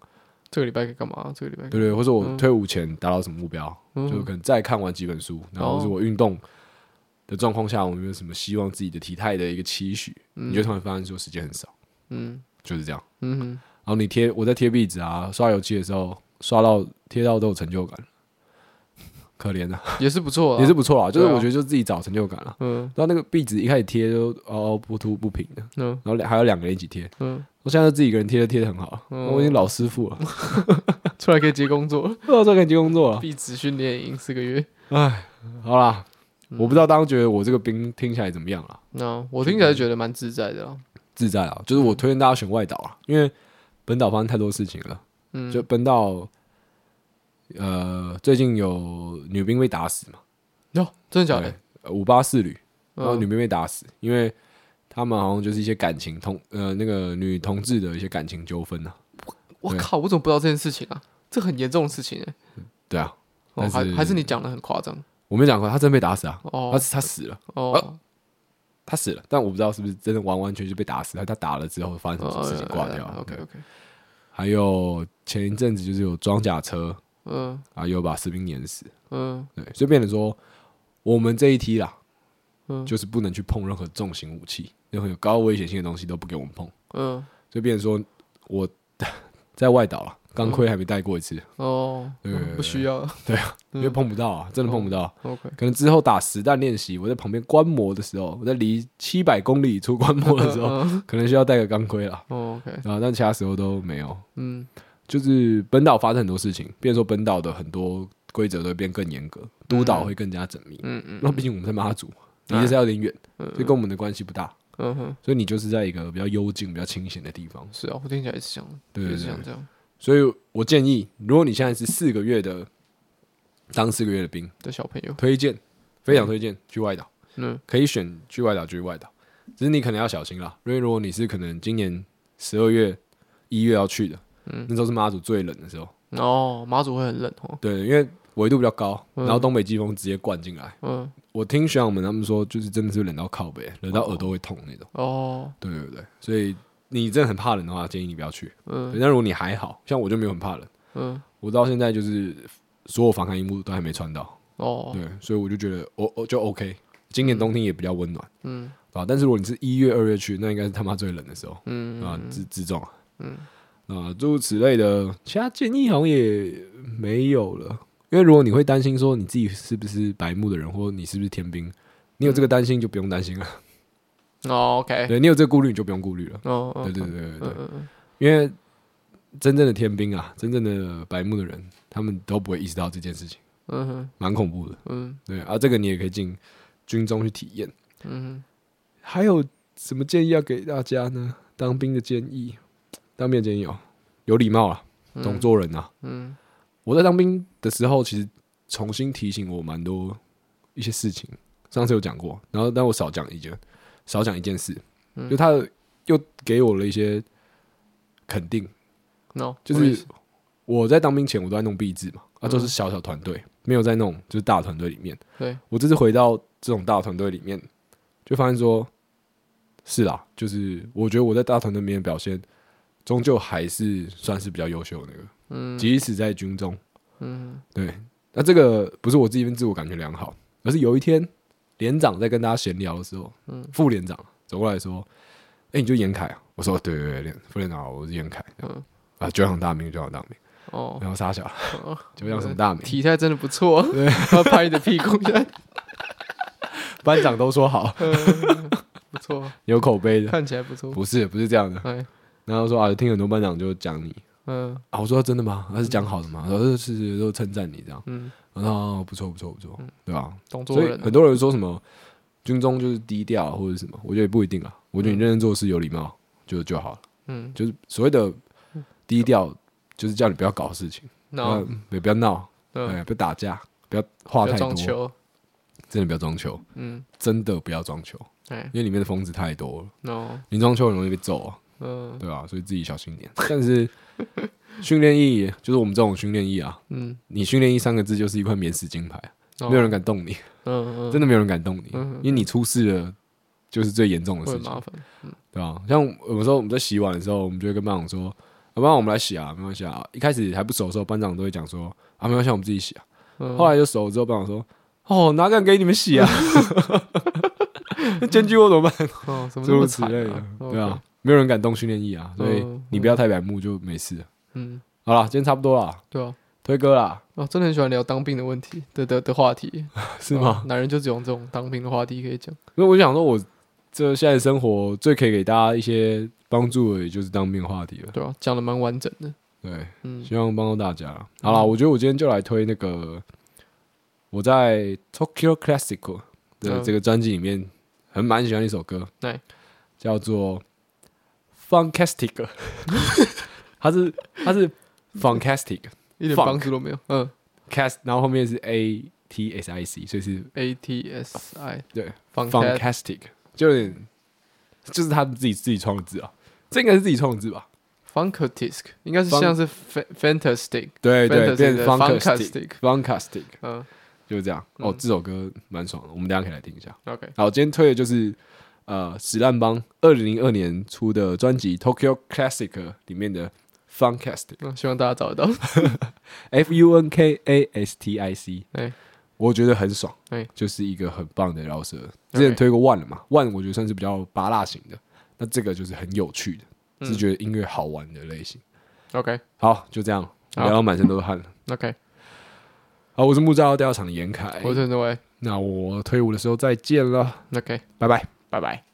这个礼拜可以干嘛？这个礼拜可以
对对，或者我退伍前达到什么目标，
嗯
就可能再看完几本书，然后
哦
是我运动的状况下，我有没有什么希望自己的体态的一个期许？你就突然发现说时间很少，
嗯
就是这样。
嗯 哼，
然后你贴我在贴壁纸啊，刷油漆的时候刷到贴到都有成就感，可怜啊，
也是不错啊，
也是不错啊。就是
对啊
我觉得就自己找成就感了、
嗯
然后那个壁纸一开始贴都凹凹凸凸不平的，
嗯
然后两还有两个人一起贴，
嗯，
我现在自己一个人贴的贴的很好，
嗯
我已经老师傅了，
出来可以接工作，
我都可以接工作了。
必职训练营四个月。
唉，
嗯
好啦，我不知道大家觉得我这个兵听起来怎么样啦，
那哦我听起来觉得蛮自在的啦，
自在啊，就是
嗯
我推荐大家选外岛啊，因为本岛发生太多事情了，
嗯，
就本岛，呃，最近有女兵被打死嘛，
哟，哦真的假
对
的？，
五八四旅，然后
嗯
女兵被打死，因为他们好像就是一些感情同呃那个女同志的一些感情纠纷啊呐，
我
对
靠，我怎么不知道这件事情啊？这很严重的事情哎。
对啊，
哦，
但
还
是
还是你讲的很夸张
我没讲过，他真被打死啊，他
哦
他死了，
哦
他死了，但我不知道是不是真的完完全全被打死，他他打了之后发生
哦
什么事情挂掉了
哎 OK OK，
还有前一阵子就是有装甲车
嗯
啊，有把士兵碾死，
嗯
对，所以变成说我们这一批啦，
嗯
就是不能去碰任何重型武器，任何有高危险性的东西都不给我们碰，
嗯
所以变成说我 在外岛了，钢盔还没戴过一次，
哦，
对对对
不需要
因
嗯
为碰不到啊，真的碰不到。
，OK，
可能之后打实弹练习，我在旁边观摩的时候，我在离七百公里处观摩的时
嗯
候，可能需要戴个钢盔啦。
哦，OK，
然后但其他时候都没有。
嗯
就是本岛发生很多事情，变成说本岛的很多规则都会变更严格，督导会更加缜密。
嗯嗯
那毕竟我们在妈祖，离这是有点远，所以跟我们的关系不大。
嗯哼，
所以你就是在一个比较幽静、比较清闲的地方。
是啊，我听起来也是想，
对对
也是
对
想这样，
所以我建议，如果你现在是四个月的当四个月的兵，
的小朋友，
推荐非常推荐去外岛，
嗯
可以选去外岛就去外岛，只是你可能要小心啦，因为如果你是可能今年十二月、一月要去的，
嗯
那时候是妈祖最冷的时候，
哦，马祖会很冷哦，
对，因为纬度比较高，
嗯
然后东北季风直接灌进来。
嗯，
我听学长们他们说，就是真的是冷到靠北，冷到耳朵会痛那种。
哦，
对对对，所以你真的很怕冷的话，建议你不要去。
嗯
对但如果你还好，像我就没有很怕冷，
嗯，
我到现在就是所有防寒衣物都还没穿到，
哦，
对，所以我就觉得我我就 OK。今年冬天也比较温暖，
嗯
啊，但是如果你是一月、二月去，那应该是他妈最冷的时候
嗯
啊，自自重啊，
嗯，
啊，诸如此类的，其他建议好像也没有了。因为如果你会担心说你自己是不是白目的人，或你是不是天兵，你有
嗯
这个担心就不用担心了。
哦，OK，
嗯对你有这个顾虑，你就不用顾虑了。
哦，哦
对对，对对对
嗯，嗯嗯，
因为真正的天兵啊，真正的白目的人，他们都不会意识到这件事情，
嗯哼，
蛮恐怖的。
嗯
对啊，这个你也可以进军中去体验。
嗯
还有什么建议要给大家呢？当兵的建议，当兵的建议哦，有礼貌啊，
哼，
懂做人啊。
嗯，
我在当兵的时候，其实重新提醒我蛮多一些事情，上次有讲过，然后但我少讲一件，少讲一件事，
嗯
就他又给我了一些肯定。
嗯，no，
就
我的意
是
思
我在当兵前，我都在弄币制嘛，啊，
嗯
都是小小团队，没有在弄就是大团队里面。
对，
我这次回到这种大团队里面，就发现说，是啦，就是我觉得我在大团队里面表现，终究还是算是比较优秀的那个，
嗯
即使在军中，
嗯
对，那这个不是我自己自我感觉良好，而是有一天连长在跟大家闲聊的时候，
嗯
副连长走过来说：“哎、你就严凯啊？”我说：“对对对，连副连长好，我是严凯。”
嗯
啊，久仰大名，久仰大名。
哦，
然后傻小，
哦
久仰什么大名？
体态真的不错， 他拍你的屁股，
班长都说好，
嗯不错，
有口碑的，
看起来不错，
不是不是这样的。
哎，
然后说啊，听很多班长就讲你
嗯
啊，我说真的吗？他是讲好的吗？他说是是都称赞你这样。
嗯，
我说哦不错不错不错，对吧？
懂做
所以呃
人，啊
很多人说什么军中就是低调啊或者什么，我觉得也不一定啊。我觉得你认真做事有礼貌就就好了，
嗯，
就是所谓的低调，就是叫你不要搞事情，
然后
嗯，也不要闹，
嗯，
哎，不要打架，不要话
不要
太
撞
多，
球，
真的不要装球，
嗯，
真的不要装球，
哎
因为里面的疯子太多了。
，no，
林装秋很容易被揍啊，
嗯
对啊？所以自己小心一点。但是训练役就是我们这种训练役啊，
嗯，
你训练役三个字就是一块免死金牌，
哦
没有人敢动你，
嗯嗯，
真的没有人敢动你，
嗯嗯
因为你出事了就是最严重的
会
事
很
情，
麻烦，
对啊？像有时候我们在洗碗的时候，我们就会跟班长说：“啊，班长，我们来洗啊，没关系啊。”一开始还不熟的时候，班长都会讲说：“啊，没关系，我们自己洗啊。”
嗯
后来就熟了之后，班长说：“哦，哪敢给你们洗啊？ 那检举我怎么办？”
哦，怎么
诸
那
如
么
此
惨
类的
啊，
对，
OK，
啊，没有人敢动训练役啊，所以
嗯
你不要太白目就没事了。
嗯，
好啦，今天差不多啦，
对啊。
推歌啦，
哦，真的很喜欢聊当兵的问题的的的话题，
是
哦
吗？
男人就只有这种当兵的话题可以讲。
因为我想说，我这现在生活最可以给大家一些帮助的，也就是当兵的话题了。
对啊，讲的蛮完整的。
对，
嗯
希望帮到大家啦。好啦，我觉得我今天就来推那个我在 Tokyo Classical 的
嗯
这个专辑里面很蛮喜欢的一首歌
对，
叫做 Funkastic，它是它是 Funkastic。
一点
Funk
帮助都没有。嗯
cast，然后后面是 a t s i c，所以是
，A T S I
对
放
fantastic，就有点就是他自己自己创的字啊，这应该是自己创的字吧？
Funkatisk 应该是
Funk-
像是 fa- Fantastic，
对对，
Fantastic
变
的
fantastic fantastic，
嗯
就是这样。哦
嗯，
这首歌蛮爽的，我们大家可以来听一下。
，OK，
好，今天推的就是呃史烂帮二零零二年出的专辑 Tokyo Classic 里面的 fantastic。
那嗯希望大家找得到。
F U N K A S T I C，
哎
我觉得很爽，
哎
就是一个很棒的饶舌。之前推过 One 了嘛，One 我觉得算
嗯
是比较拔辣型的，那这个就是很有趣的，是觉得音乐好玩的类型。
OK
好，就这样，
好
聊到满身都是汗了。
OK，
好，我是木造调查厂的严凯，
我是郑伟
那我退伍的时候再见了，
，OK，
拜拜。
拜拜。